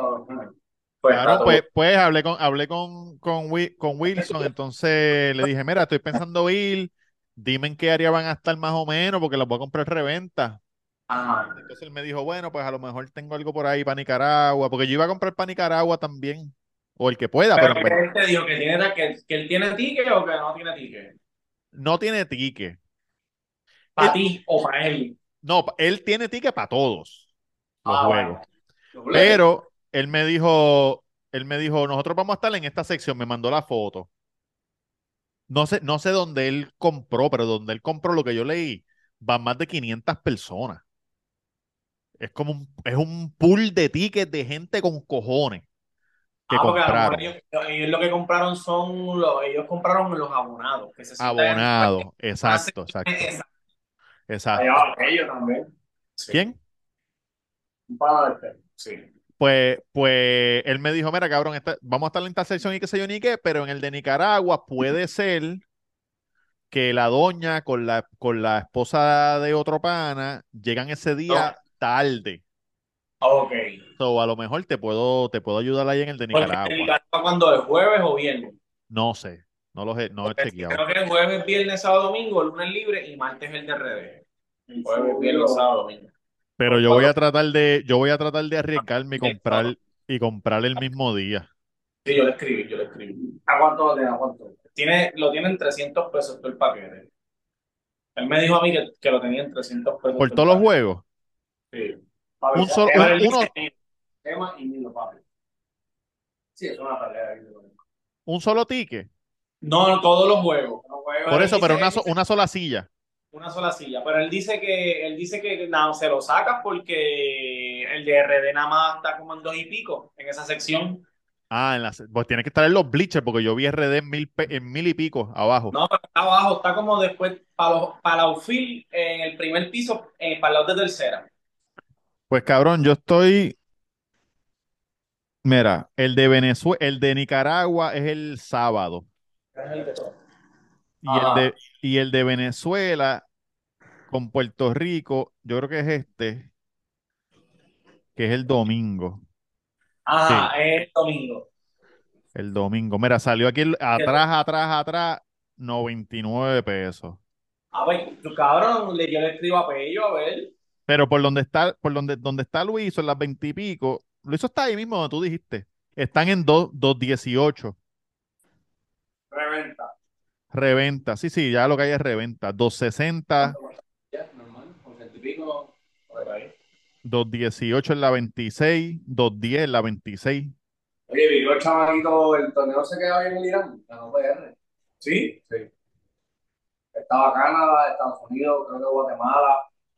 Pues, Claro, tato, pues, pues hablé con, hablé con, con, Wi- con Wilson, entonces le dije, mira, estoy pensando ir, dime en qué área van a estar más o menos, porque las voy a comprar reventa. ah, Entonces él me dijo, bueno, pues a lo mejor tengo algo por ahí para Nicaragua, porque yo iba a comprar para Nicaragua también, o el que pueda, pero pero pues que él te dijo que, tiene, que, que él tiene ticket o que no tiene ticket. no tiene ticket. Para Eh, ti o para él. No, pa- él tiene ticket para todos los Ah, juegos. bueno. Doble. Pero él me dijo, él me dijo, nosotros vamos a estar en esta sección, me mandó la foto. No sé, no sé dónde él compró, pero donde él compró lo que yo leí, van más de 500 personas. Es como un, es un pool de tickets de gente con cojones que Ah, porque a lo mejor compraron. ellos, ellos lo que compraron son los, ellos compraron los abonados, que se sientan en- Abonado, exacto, exacto, Exacto. exacto. Allá aquello también. ¿Quién? Un pana de este. Sí. Pues, pues él me dijo, mira, cabrón, esta- vamos a estar en esta sección y qué sé yo ni qué, pero en el de Nicaragua puede ser que la doña con la, con la esposa de otro pana llegan ese día tarde. Ok. O a lo mejor te puedo, te puedo ayudar ahí en el de Porque Nicaragua. Nicaragua cuando es jueves o viernes. No sé, no lo he, no he Porque chequeado. Creo que es jueves, viernes, sábado, domingo, lunes libre y martes el de RD. eh, El Jueves, suyo. viernes, sábado, domingo. Pero yo voy a tratar de, yo voy a tratar de arriesgarme y de- comprar, y comprar el mismo día. Sí, yo lo escribí, yo lo escribí. ¿A cuánto lo tenés? ¿A cuánto? Tiene, lo tiene en 300 pesos todo el paquete. Él me dijo a mí que, que lo tenía en 300 pesos. Por todo el todos los paquete. juegos. Sí. Papi, Un solo- Emma, un- uno- Emma y Nilo, papi. Sí, es una pelea. ahí, pero- Un solo ticket. No, no, todos los juegos. No juega. Por él eso, pero dice- una, so- una sola silla. Una sola silla, pero él dice que él dice que no, se lo sacas porque el de RD nada más está como en dos y pico en esa sección. Ah, en las- pues tiene que estar en los bleachers porque yo vi RD en mil, pe- en mil y pico abajo. No, pero está abajo, está como después para los- para la outfield en el primer piso, eh, para los de tercera. Pues cabrón, yo estoy. Mira, el de Venezuela, el de Nicaragua es el sábado. Y el Ajá. de, y el de Venezuela con Puerto Rico, yo creo que es este, que es el domingo. Ajá, es el domingo. El domingo. Mira, salió aquí el- atrás, atrás, atrás, 99 pesos. A ver, tu cabrón, le, yo le escribo a Pello, a ver. Pero por donde está, por donde, donde está Luiso, en las 20 y pico, Luiso está ahí mismo donde tú dijiste. Están en dos- 218. Reventa. Reventa. Sí, sí, ya lo que hay es reventa. 260, Ah, Ya, normal, con el típico, por ahí. 218 en la 26, 210 en la 26. Oye, vivió el chamaquito, el torneo se quedó bien en Irán, ganó PR. ¿Sí? Sí. Estaba Canadá, Estados Unidos, creo que Guatemala,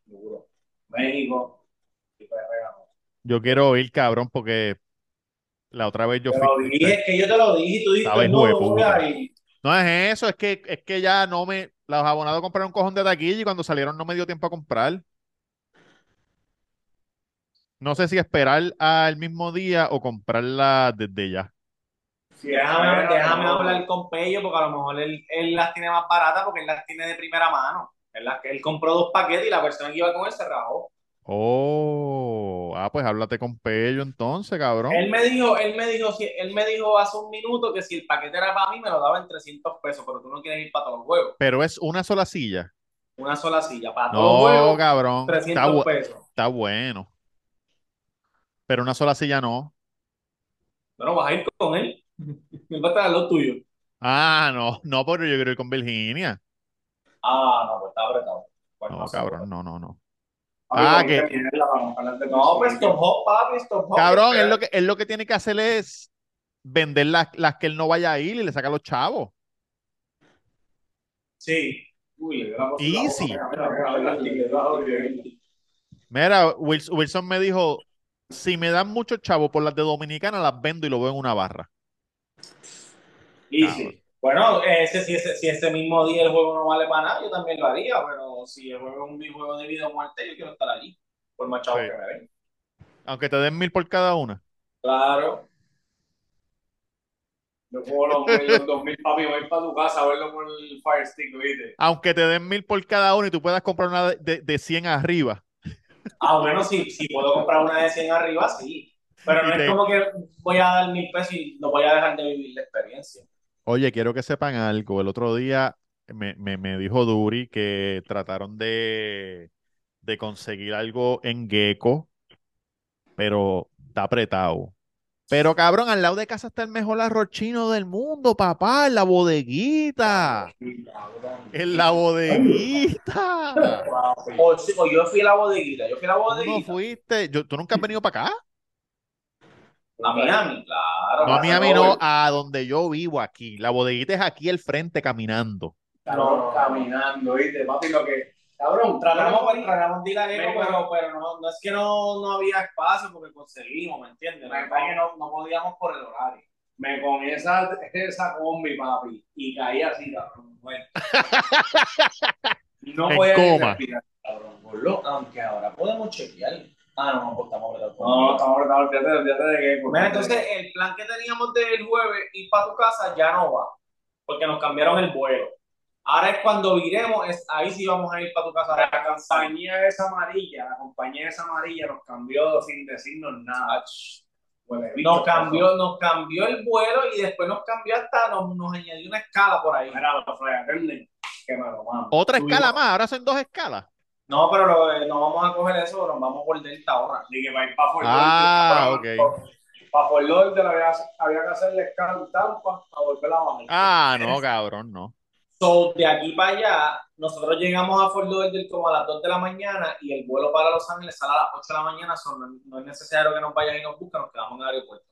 seguro, México, y PR ganó. Yo quiero ir, cabrón, porque la otra vez yo Te fui. lo dije, es que yo te lo dije, y tú dijiste, Sabes, no, hijo de no voy puta. a ir. No es eso, es que, es que ya no me. Los abonados compraron un cojón de taquilla y cuando salieron no me dio tiempo a comprar. No sé si esperar al mismo día o comprarla desde ya. Sí, Déjame, pero déjame no. hablar con Pello porque a lo mejor él, este él las tiene más baratas porque él las tiene de primera mano. Él, las- él compró dos paquetes y la persona que iba con él se rajó. Oh, ah, pues háblate con Pello entonces, cabrón. Él me dijo, él me dijo, si- él me dijo hace un minuto que si el paquete era para mí me lo daba en 300 pesos, pero tú no quieres ir para todos los juegos. Pero es una sola silla. Una sola silla, para todos los No, juegos, cabrón. Está, 300 bu- pesos. está bueno. Pero una sola silla no. Bueno, vas a ir con él. Él va a traer lo tuyo. Ah, no, no, pero yo quiero ir con Virginia. Ah, no, pues está apretado. Bueno, No, sé. cabrón, no, no, no. Papi, Ah, con que- esta mierda, vamos a hablar de No, pues Puerto Rico. Stop Hop, papi, Stop Hop. Cabrón, espera. él lo que, él lo que tiene que hacer es vender las, las que él no vaya a ir y le saca a los chavos. Sí. Uy, le dio la cosa en la boca, Easy. mira, mira, mira, mira, le dio la boca, mira. Mira, Wils- Wilson me dijo, si me dan muchos chavos por las de Dominicana, las vendo y lo veo en una barra. Easy. Bueno, ese, si, ese, si ese mismo día el juego no vale para nada, yo también lo haría, pero si el juego es un juego de vida o muerte, yo quiero estar allí, por más chavos Sí. que me den. Aunque te den mil por cada una. Claro. Yo como los, los 2000, papi, voy para tu casa a verlo por el Fire Stick, ¿viste? Aunque te den mil por cada una y tú puedas comprar una de, de, de 100 arriba. Ah, bueno, si, si puedo comprar una de 100 arriba, sí. Pero Y no te- es como que voy a dar mil pesos y no voy a dejar de vivir la experiencia. Oye, quiero que sepan algo. El otro día me, me- me dijo Duri que trataron de, de conseguir algo en Gecko, pero está apretado. Pero cabrón, al lado de casa está el mejor arroz chino del mundo, papá, en la bodeguita. En la bodeguita. O, si- o yo fui a la bodeguita, yo fui a la ¿Tú no bodeguita. fuiste? Yo- ¿tú nunca has venido para acá? A Miami, claro. No, a Miami Miami no, a donde yo vivo aquí. La bodeguita es aquí al frente caminando. Cabrón, caminando, ¿viste? Papi, lo que. Cabrón, Tratamos, tratamos de tratamos de ir a Eco, Vengo. pero, pero no, no es que no, no había espacio porque conseguimos, ¿me entiendes? La verdad es que no, no podíamos por el horario. Me con esa, esa combi, papi, y caí así, cabrón. Bueno. No En podía ni coma. respirar, cabrón. por lo- Lo- Aunque ahora podemos chequear. Ah, no, no, pues estamos apretados. No, estamos apretados, olvídate, olvídate de que. Mira, entonces el plan que teníamos del jueves ir para tu casa ya no va, porque nos cambiaron el vuelo. Ahora es cuando viremos, es, ahí sí vamos a ir para tu casa a la descansar. compañía esa amarilla, la compañía esa amarilla nos cambió sin decirnos nada. Huele bicho, Nos cambió, nos cambió el vuelo y después nos cambió hasta, nos, nos añadió una escala por ahí. Mira, los fly attendants, que me lo mamo. Otra Tú escala más, ahora son dos escalas. No, pero lo- eh, no vamos a coger eso, nos vamos por Delta ahora. Así que para ir para Fort Ah, Lauderdale, Para Fort Lauderdale había, había que hacerle escala en Tampa para volver a bajar. Ah, no, cabrón, no. So, de aquí para allá, nosotros llegamos a Fort Lauderdale como a las 2 de la mañana y el vuelo para Los Ángeles sale a las 8 de la mañana, so no, no es necesario que nos vayan y nos busquen, nos quedamos en el aeropuerto.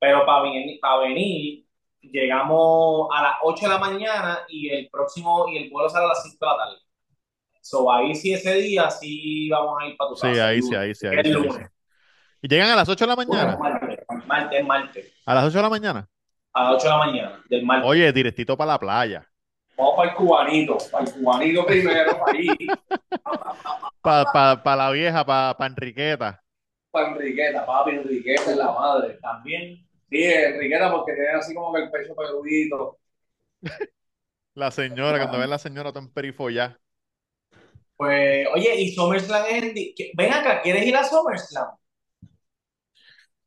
Pero para venir, para venir, llegamos a las 8 de la mañana y el próximo, y el vuelo sale a las 5 de la tarde. So, ahí sí ese día sí vamos a ir para tu Sí, casa. ahí sí, ahí sí, ahí El sí, ahí lunes. sí. Y llegan a las 8 de la mañana. Martes, martes, martes, A las 8 de la mañana. a las 8 de la mañana, del martes. Oye, directito para la playa. Vamos para el cubanito, para el cubanito primero, para ahí, Para la vieja, para Enriqueta. para Enriqueta, papi, Enriqueta es la madre. También, Sí, Enriqueta porque tiene así como que el pecho peludito. La señora, cuando ven la señora tan perifollá. pues, oye, y SummerSlam es en... di- que- Ven acá, ¿quieres ir a SummerSlam?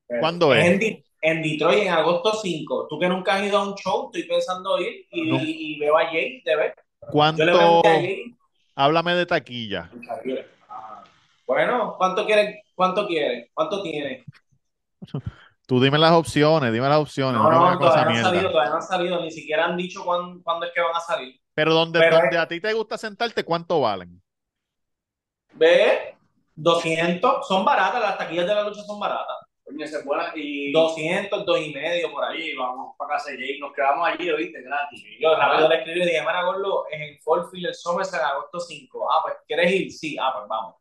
¿Cuándo Es es? en, Di- en Detroit en agosto 5. Tú que nunca has ido a un show, estoy pensando ir y, No. y veo a Jay, te ves. Yo le ¿Cuánto? pregunté a Jay. Háblame de taquilla. Ah, Bueno, ¿cuánto quieres? ¿Cuánto quieres? ¿Cuánto tienes? Tú dime las opciones, dime las opciones. No, me vengas no, con esa todavía no han mierda. salido, todavía no han salido, ni siquiera han dicho cuán- cuándo es que van a salir. Pero donde, Pero donde a ti te gusta sentarte, ¿cuánto valen? ¿Ve? 200, son baratas, las taquillas de la lucha son baratas. Coño, se fue la- y 200, dos y medio por ahí. ahí vamos para casa de Jake, nos quedamos allí, oíste, gratis. Yo rápido le escribí y le dije, mira, Gordo, es en Fort Field, el SummerSlam, agosto 5. Ah, pues, ¿quieres ir? Sí, ah, pues vamos.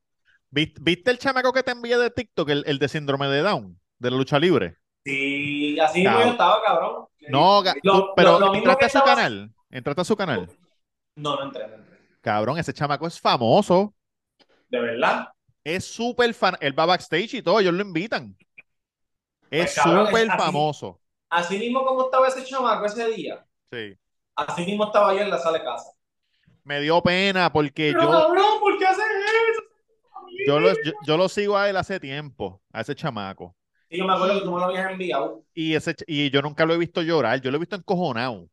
¿Vis- ¿Viste el chamaco que te envié de TikTok, el, el de síndrome de Down, de la lucha libre? Sí, así mismo Cabrón. yo estaba, cabrón. No, ga- Lo- tú- lo- pero lo mismo entraste que a su estaba- canal. Entraste a su canal. No, no entré, no entré. Cabrón, ese chamaco es famoso. ¿De verdad? Es súper fan. Él va backstage y todo, ellos lo invitan. Es Pues, cabrón, súper es así. famoso. Así mismo como estaba ese chamaco ese día, Sí. así mismo estaba yo en la sala de casa. Me dio pena porque Pero yo, cabrón, ¿por qué haces eso? yo, lo, yo, yo lo sigo a él hace tiempo, a ese chamaco. Sí, yo me acuerdo que tú me lo habías enviado. Y, ese, ch- y yo nunca lo he visto llorar. Yo lo he visto encojonado,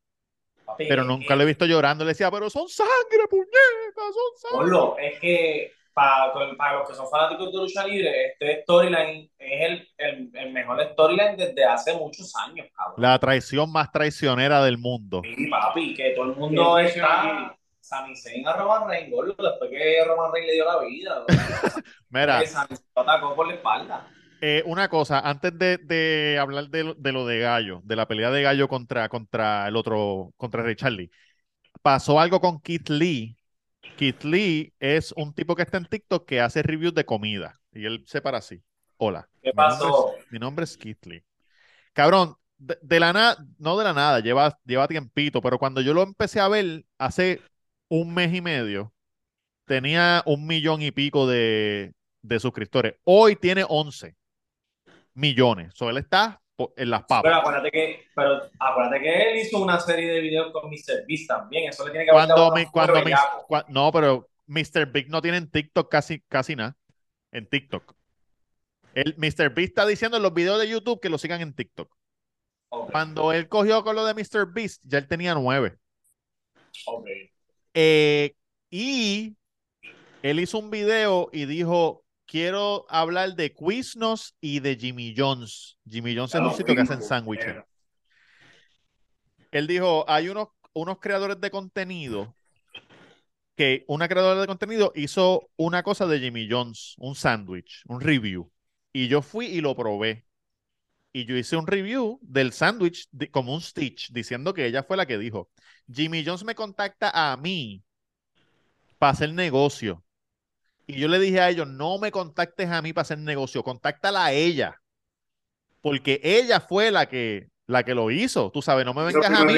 pero nunca lo he visto llorando. Le decía, pero son sangre, puñetas, son sangre. Polo, es que para, para los que son fanáticos de lucha libre, este storyline es el, el, el mejor storyline desde hace muchos años, cabrón. La traición más traicionera del mundo. Sí, papi, que todo el mundo Sí, está... Sami Zayn a Roman Reigns, gordo, después que Roman Reigns le dio la vida. Mira, Que Sami Zayn lo atacó por la espalda. eh, una cosa, antes de, de hablar de lo, de lo de Gallo, de la pelea de Gallo contra, contra el otro, contra Ray Charlie, pasó algo con Keith Lee. Keith Lee es un tipo que está en TikTok que hace reviews de comida y él se para así. Hola. ¿Qué mi nombre es- pasó? Mi nombre es Keith Lee. Cabrón, de, de la nada, no de la nada, lleva, lleva tiempito, pero cuando yo lo empecé a ver hace un mes y medio, tenía un millón y pico de, de suscriptores. Hoy tiene 11 millones. So, él está po- en las Pero papas. acuérdate que, pero acuérdate que él hizo una serie de videos con Mr. Beast también. Eso le tiene que haber Cuando, dado mi- un cuando fuego mi- bellaco. cua- no, pero Mr. Big no tiene en TikTok casi, casi nada. En TikTok. El Mr. Beast está diciendo en los videos de YouTube que lo sigan en TikTok. Ok, Cuando él cogió con lo de Mr. Beast, ya él tenía nueve. ok. Eh, y él hizo un video y dijo: Quiero hablar de Quiznos y de Jimmy Jones. Jimmy Jones es un sitio que hacen sándwiches. Él dijo: Hay unos, unos creadores de contenido que una creadora de contenido hizo una cosa de Jimmy Jones, un sándwich, un review. Y yo fui y lo probé. Y yo hice un review del sándwich de- como un Stitch, diciendo que ella fue la que dijo. Jimmy Jones me contacta a mí para hacer negocio. Y yo le dije a ellos, no me contactes a mí para hacer negocio, contáctala a ella. Porque ella fue la que, la que lo hizo. Tú sabes, no me vengas a mí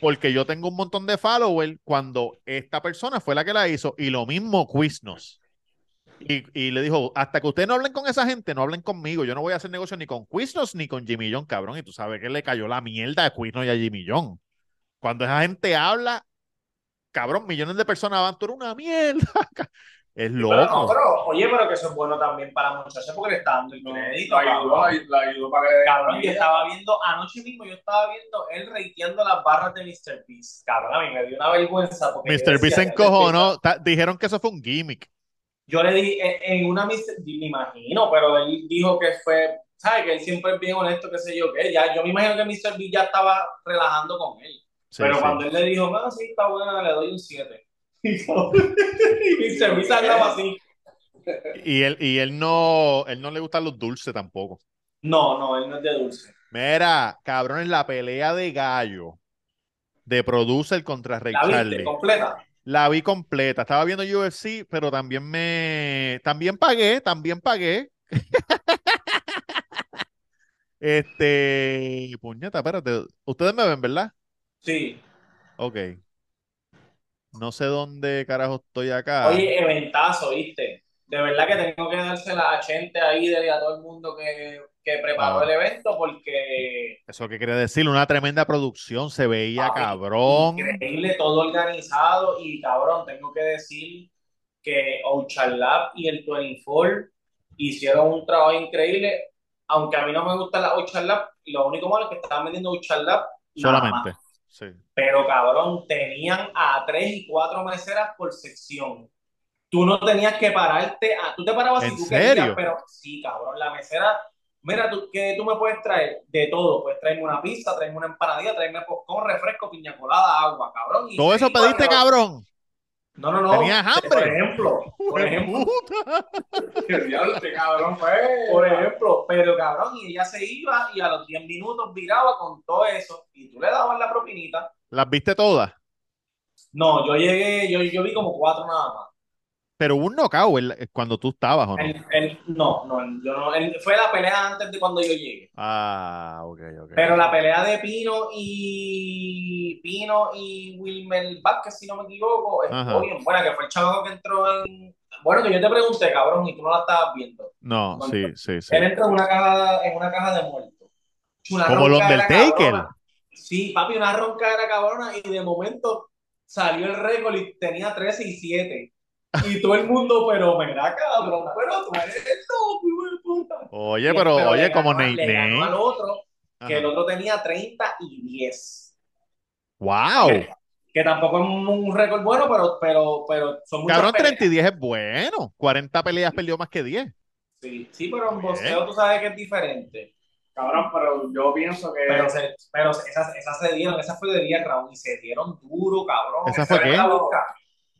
porque yo tengo un montón de followers cuando esta persona fue la que la hizo. Y lo mismo Quiznos. Y, y le dijo, hasta que ustedes no hablen con esa gente, no hablen conmigo. Yo no voy a hacer negocio ni con Quiznos ni con Jimmy John, cabrón. Y tú sabes que le cayó la mierda a Quiznos y a Jimmy John. Cuando esa gente habla, cabrón, millones de personas van, tú eres una mierda. Es Pero no, loco. pero, oye, pero que eso es bueno también para la muchacha porque le está dando el crédito, La ayudó, cabrón. la ayudó para que. Cabrón, yo estaba viendo, anoche mismo yo estaba viendo él reiteando las barras de Mr. Beast. Cabrón, a mí me dio una vergüenza porque yo Mr. decía, Beast se "Ya, encojonó. Ta- Dijeron que eso fue un gimmick. Yo le di en, en una mis- me imagino, pero él dijo que fue, ¿sabes? Que él siempre es bien honesto, qué sé yo, que ya, yo me imagino que Mr. Beast ya estaba relajando con él. Sí, pero sí. cuando él le dijo, no, sí, está buena, le doy un 7. Y Mr. Beast andaba así. Y él, y él no, él no le gustan los dulces tampoco. No, no, él no es de dulce. Mira, cabrón, en la pelea de gallo de producer contra Rey ¿La viste Charles. completa? La vi completa. Estaba viendo UFC, pero también me. También pagué, también pagué. Este. Puñeta, espérate. Ustedes me ven, ¿verdad? Sí. Ok. No sé dónde carajo estoy acá. Oye, eventazo, ¿viste? De verdad que tengo que dársela a gente ahí, de- a todo el mundo que, que preparó Ah. el evento, porque Eso que quiere decir, una tremenda producción. Se veía Papi, cabrón. increíble, todo organizado y cabrón, tengo que decir que Ocean Lab y el 24 hicieron un trabajo increíble, aunque a mí no me gusta la Ocean Lab, lo único malo es que estaban vendiendo Ocean Lab nada más. Solamente. Sí. Pero cabrón, tenían a tres y cuatro meseras por sección. Tú no tenías que pararte, a, tú te parabas si ¿En tú querías, serio? pero sí, cabrón, la mesera, mira, tú, ¿qué tú me puedes traer? De todo, pues tráeme una pizza, tráeme una empanadilla, tráeme popcorn, refresco, piña colada, agua, cabrón. y Todo eso seguimos, pediste, cabrón. cabrón. No, no, no. Tenías Por hambre. ejemplo, por ejemplo, Puta. El diablo, este cabrón fue. por ejemplo, pero cabrón, y ella se iba y a los 10 minutos viraba con todo eso y tú le dabas la propinita. Las viste todas. No, yo llegué, yo, yo vi como cuatro nada más. Pero hubo un knockout en la- eh, cuando tú estabas, ¿o no? Él- él- no, no, él- yo no, él- fue la pelea antes de cuando yo llegué. Ah, ok, ok. Pero la pelea de Pino y Pino y Wilmer Vázquez, si no me equivoco, estuvo Ajá. bien buena, que fue el chavo que entró en. Bueno, que yo te pregunté, cabrón, y tú no la estabas viendo. No, sí, sí, sí. Él entró en una caja, en una caja de muertos. Una Como el ronca era Undertaker. cabrona. Sí, papi, una ronca era cabrona, y de momento salió el récord y tenía 13 y 7. Y todo el mundo, pero mira, cabrón, pero tú eres loco, hijo de puta. Oye, pero, le oye, ganó como a- Ney le ganó Ney. al otro, que Ajá. el otro tenía 30 y 10. Wow. Que, que tampoco es un un récord bueno, pero, pero, pero son muchas Cabrón, peleas. 30 y 10 es bueno. 40 peleas perdió más que 10. Sí, sí, pero en Bien. boxeo tú sabes que es diferente. Cabrón, pero yo pienso que. Pero, se- pero esas, esas se dieron, esa fue de 10 rounds y se dieron duro, cabrón. ¿Esa fue Se ve qué? la boca,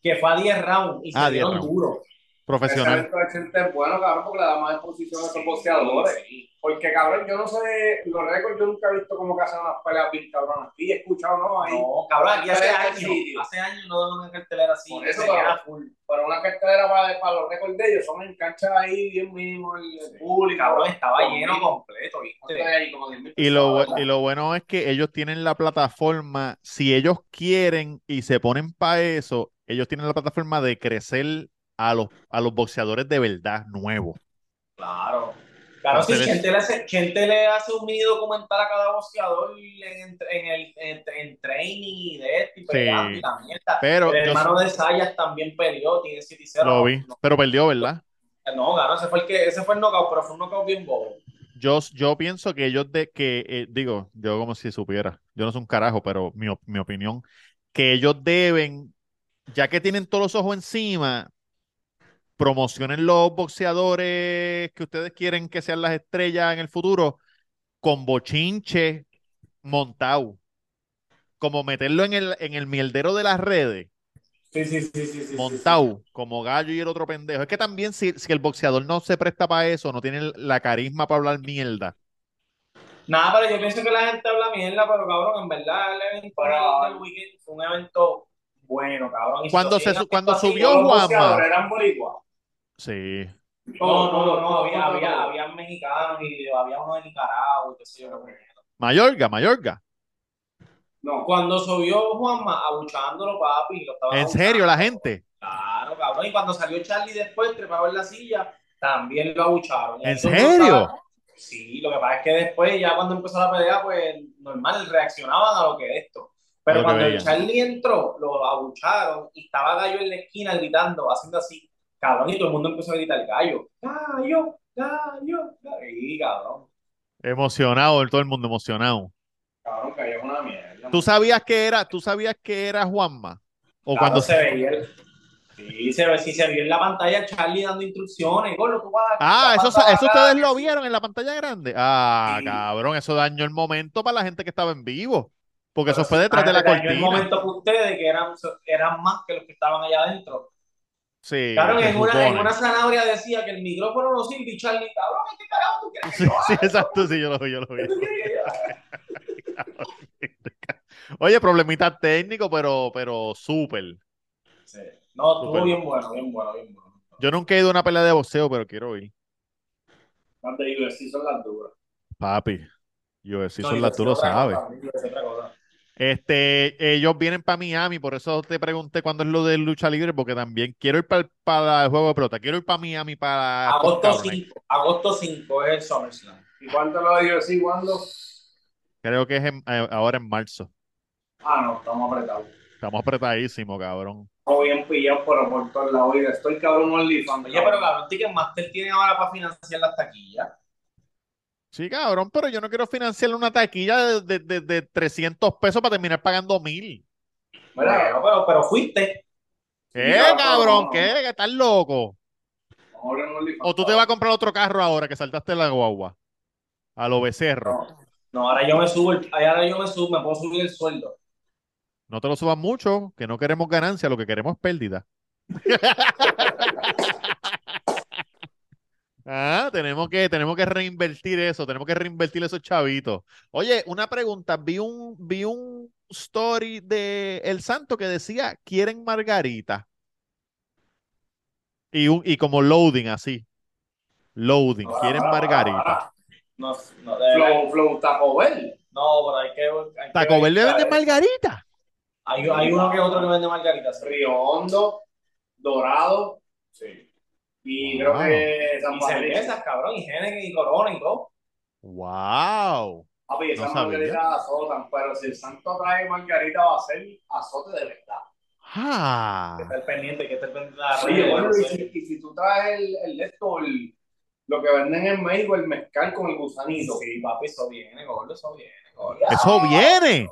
Que fue a 10 rounds y Ah, 10 se dieron rounds. duro. Ese Profesional. evento de gente es bueno, cabrón, porque le da más exposición a estos boxeadores. Porque, cabrón, yo no sé, los récords yo nunca he visto cómo que hacen unas peleas bien cabronas. Aquí he escuchado, ¿no? Ahí. No, cabrón, aquí hace Pero años, sí. hace años no dan una cartelera así. Por eso, se cabrón. queda full. Para una cartelera para, para los récords de ellos, son en canchas ahí, bien mínimo el el público. Cabrón, estaba Como lleno mil- completo, ¿viste? Entonces, ahí como 10.000 Y lo, bu- personas, y lo bueno es que ellos tienen la plataforma, si ellos quieren y se ponen para eso, ellos tienen la plataforma de crecer a los, a los boxeadores de verdad nuevos. Claro. Claro, sí, Ustedes- gente le, hace, gente le hace un mini documental a cada boxeador en, en el en, en training y de esto y peleando Sí. y la mierda. Pero El yo hermano de Sayas también peleó, tiene 7 y 0. lo vi, No, pero perdió, ¿verdad? No, ganó, ese fue el que, ese fue el knockout, pero fue un knockout bien bobo. Yo, yo pienso que ellos de que eh, digo, yo como si supiera, yo no soy un carajo, pero mi, op- mi opinión, que ellos deben, ya que tienen todos los ojos encima, promocionen los boxeadores que ustedes quieren que sean las estrellas en el futuro con bochinche montado. Como meterlo en el, en el mierdero de las redes, Sí, sí, sí, sí, sí. montado, como gallo y el otro pendejo. Es que también si, si el boxeador no se presta para eso, no tiene la carisma para hablar mierda. Nada, pero yo pienso que la gente habla mierda, pero cabrón, en verdad, el evento Pero- ah, del weekend fue ah, un evento bueno, cabrón. y si Cuando lo se siguen su- cuando haciendo así, subió- Todos los Juanma. boxeadores eran boricuas. Sí. No, no, no, no, había, había, había mexicanos y había uno de Nicaragua, qué sé yo, lo que era. Mayorga, Mayorga. No, Cuando subió Juanma, abuchándolo, papi, lo estaba En serio, abuchando. la gente. Claro, cabrón. Y cuando salió Charlie después, trepado en la silla, también lo abucharon. Y ¿En eso serio? no estaba- Sí, lo que pasa es que después, ya cuando empezó la pelea, pues normal, reaccionaban a lo que es esto. A lo Pero que cuando el veían. Charlie entró, lo abucharon y estaba Gallo en la esquina gritando, haciendo así, cabrón, y todo el mundo empezó a gritar, Gallo, Gallo, Gallo, Gallo. Y cabrón, Emocionado, todo el mundo emocionado. cabrón, que es una mierda. ¿Tú sabías que era, tú sabías que era Juanma? O Claro, cuando se veía el- Sí, se ve, sí, se vio en la pantalla Charlie dando instrucciones, "Gordo, tú vas a- Ah, vas eso, a- eso ustedes lo vieron en la pantalla grande. Ah, Sí. cabrón, eso dañó el momento para la gente que estaba en vivo. Porque eso Pero fue sí, detrás de la dañó el cortina. momento que ustedes, que eran, eran más que los que estaban allá adentro. Sí, Claro, se en una, en supone. una zanahoria decía que el micrófono no sirve y Charlie, cabrón, ¿qué carajo tú quieres que Sí, yo haga? sí, exacto, sí, yo lo vi, yo lo vi. ¿Tú quieres que yo haga? Oye, problemita técnico, pero, pero súper. Sí. No, estuvo Súper. bien bueno, bien bueno, bien bueno. Yo nunca he ido a una pelea de boxeo, pero quiero ir. Las de UFC son las duras. Papi, yo sí No, son y las, tú lo otra cosa, sabes. y otra cosa. Este, ellos vienen para Miami, por eso te pregunté cuándo es lo de lucha libre, porque también quiero ir para el juego de pelota, quiero ir para Miami para estos Agosto cabrones. 5, agosto 5 es el SummerSlam. ¿Y cuánto lo de UFC? ¿Cuándo? Creo que es en- eh, ahora en marzo. Ah, no, estamos apretados. Estamos apretadísimos, cabrón. Estamos bien pillados, pero por todos lados. Oye, estoy cabrón OnlyFans. Oye, pero cabrón, Ticketmaster tiene ahora para financiar las taquillas. Sí, cabrón, pero yo no quiero financiarle una taquilla de, de, de- de 300 pesos para terminar pagando mil. Bueno, Bueno. pero, pero fuiste. ¿Qué, Ya, cabrón? cabrón. ¿Qué? ¿Que estás loco? Ahora en OnlyFans. ¿O tú te vas a comprar otro carro ahora que saltaste la guagua? A lo becerro. No, ahora yo me subo, el- ahora yo me subo, me puedo subir el sueldo. No te lo subas mucho, que no queremos ganancia, lo que queremos es pérdida. Ah, tenemos que, tenemos que reinvertir eso, tenemos que reinvertir esos chavitos. Oye, una pregunta, vi un, vi un story de El Santo que decía, quieren margarita. Y, un, y como loading así. Loading, Ahora, quieren ahora, margarita. ahora. No, no, de verdad, Flow, Flow Taco Bell. no, pero hay que. hay que Taco Bell le ver, vende ¿sabes? margarita. Hay, hay uno que otro que vende margaritas. sí. Río Hondo, Dorado Sí. y Wow. creo que San Y Patricio. cervezas, cabrón, y Henneken y Corona y todo. Wow. Papi, esas No sabía. margaritas azotan, pero si el santo trae margarita va a ser azote de verdad. Ah. Hay que estar pendiente, hay que estar pendiente de la Oye, red, bueno, no y sé. si, y si tú traes el, el de esto, el- lo que venden en México, el mezcal con el gusanito. Sí, papi, eso viene, gordo, eso viene, gordo. Eso viene.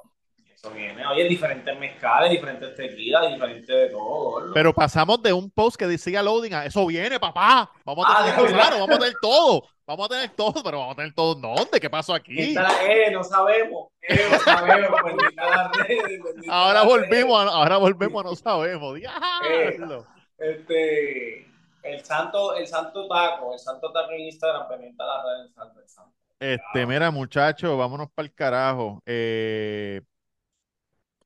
Eso viene. Oye, diferentes mezcales, diferentes tequilas, diferentes de todo, gordo. Pero pasamos de un post que decía loading a eso viene, papá. Vamos a Ah, tener, de verdad. claro, vamos a tener todo. Vamos a tener todo, pero vamos a tener todo. ¿Dónde? ¿Qué pasó aquí? Está- eh, no sabemos. Eh, no sabemos. pendiente de las redes, pendiente de Ahora las volvimos, a- ahora volvemos, a no sabemos. Diablo. redes. Este, el santo, el santo taco, el santo taco en Instagram, pendiente de las redes, el santo, el santo. Este, mira, muchachos, vámonos para el carajo. Eh,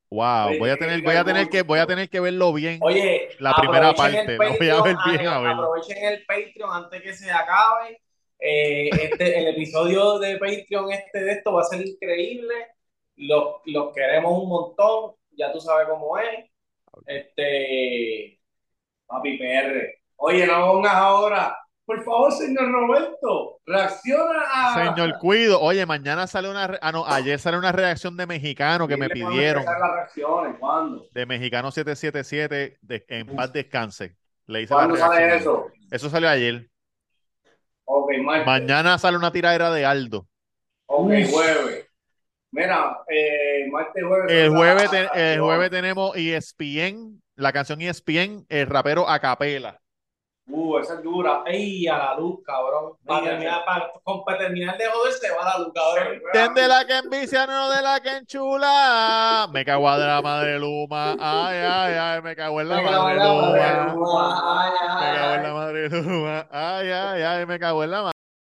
wow, Oye, voy a tiene que tener, llegar voy a algo tener que, voy a bonito. tener que verlo bien. Oye, La primera Ah, aprovechen parte, el la voy a ver bien, Patreon, a ver. Aprovechen el Patreon antes que se acabe. Eh, este, el episodio de Patreon este de esto va a ser increíble. Los, los queremos un montón. Ya tú sabes cómo es. Este, Papi PR. Oye, no pongas ahora. Por favor, señor Roberto, reacciona a. Señor Cuido, oye, mañana sale una, re- ah, no, ayer sale una reacción de mexicano que me Dile cuándo pidieron. empezar las reacciones, ¿cuándo? de Mexicano 777 de, en paz descanse. Le hice la ¿Cuándo sale reacción. eso? Eso salió ayer. Ok, martes. Mañana sale una tiradera de Aldo. Ok, Uf. jueves. Mira, eh, martes, jueves. El son jueves, las- te- el las- jueves tenemos E ESPN, la canción E ESPN, el rapero a capela. Uh, esa es dura. Ey, a la luz, cabrón. Para Mira, terminar, para, con- para terminar de joder, se va la luz, cabrón. ¿Quién de la que envicia, no de la que enchula? Me cago en la madre Luma. Ay, ay, ay, me cago en la Me cago madre en la madre Luma. Luma. Me cago en la madre Luma. Ay, ay, ay, me cago en la madre.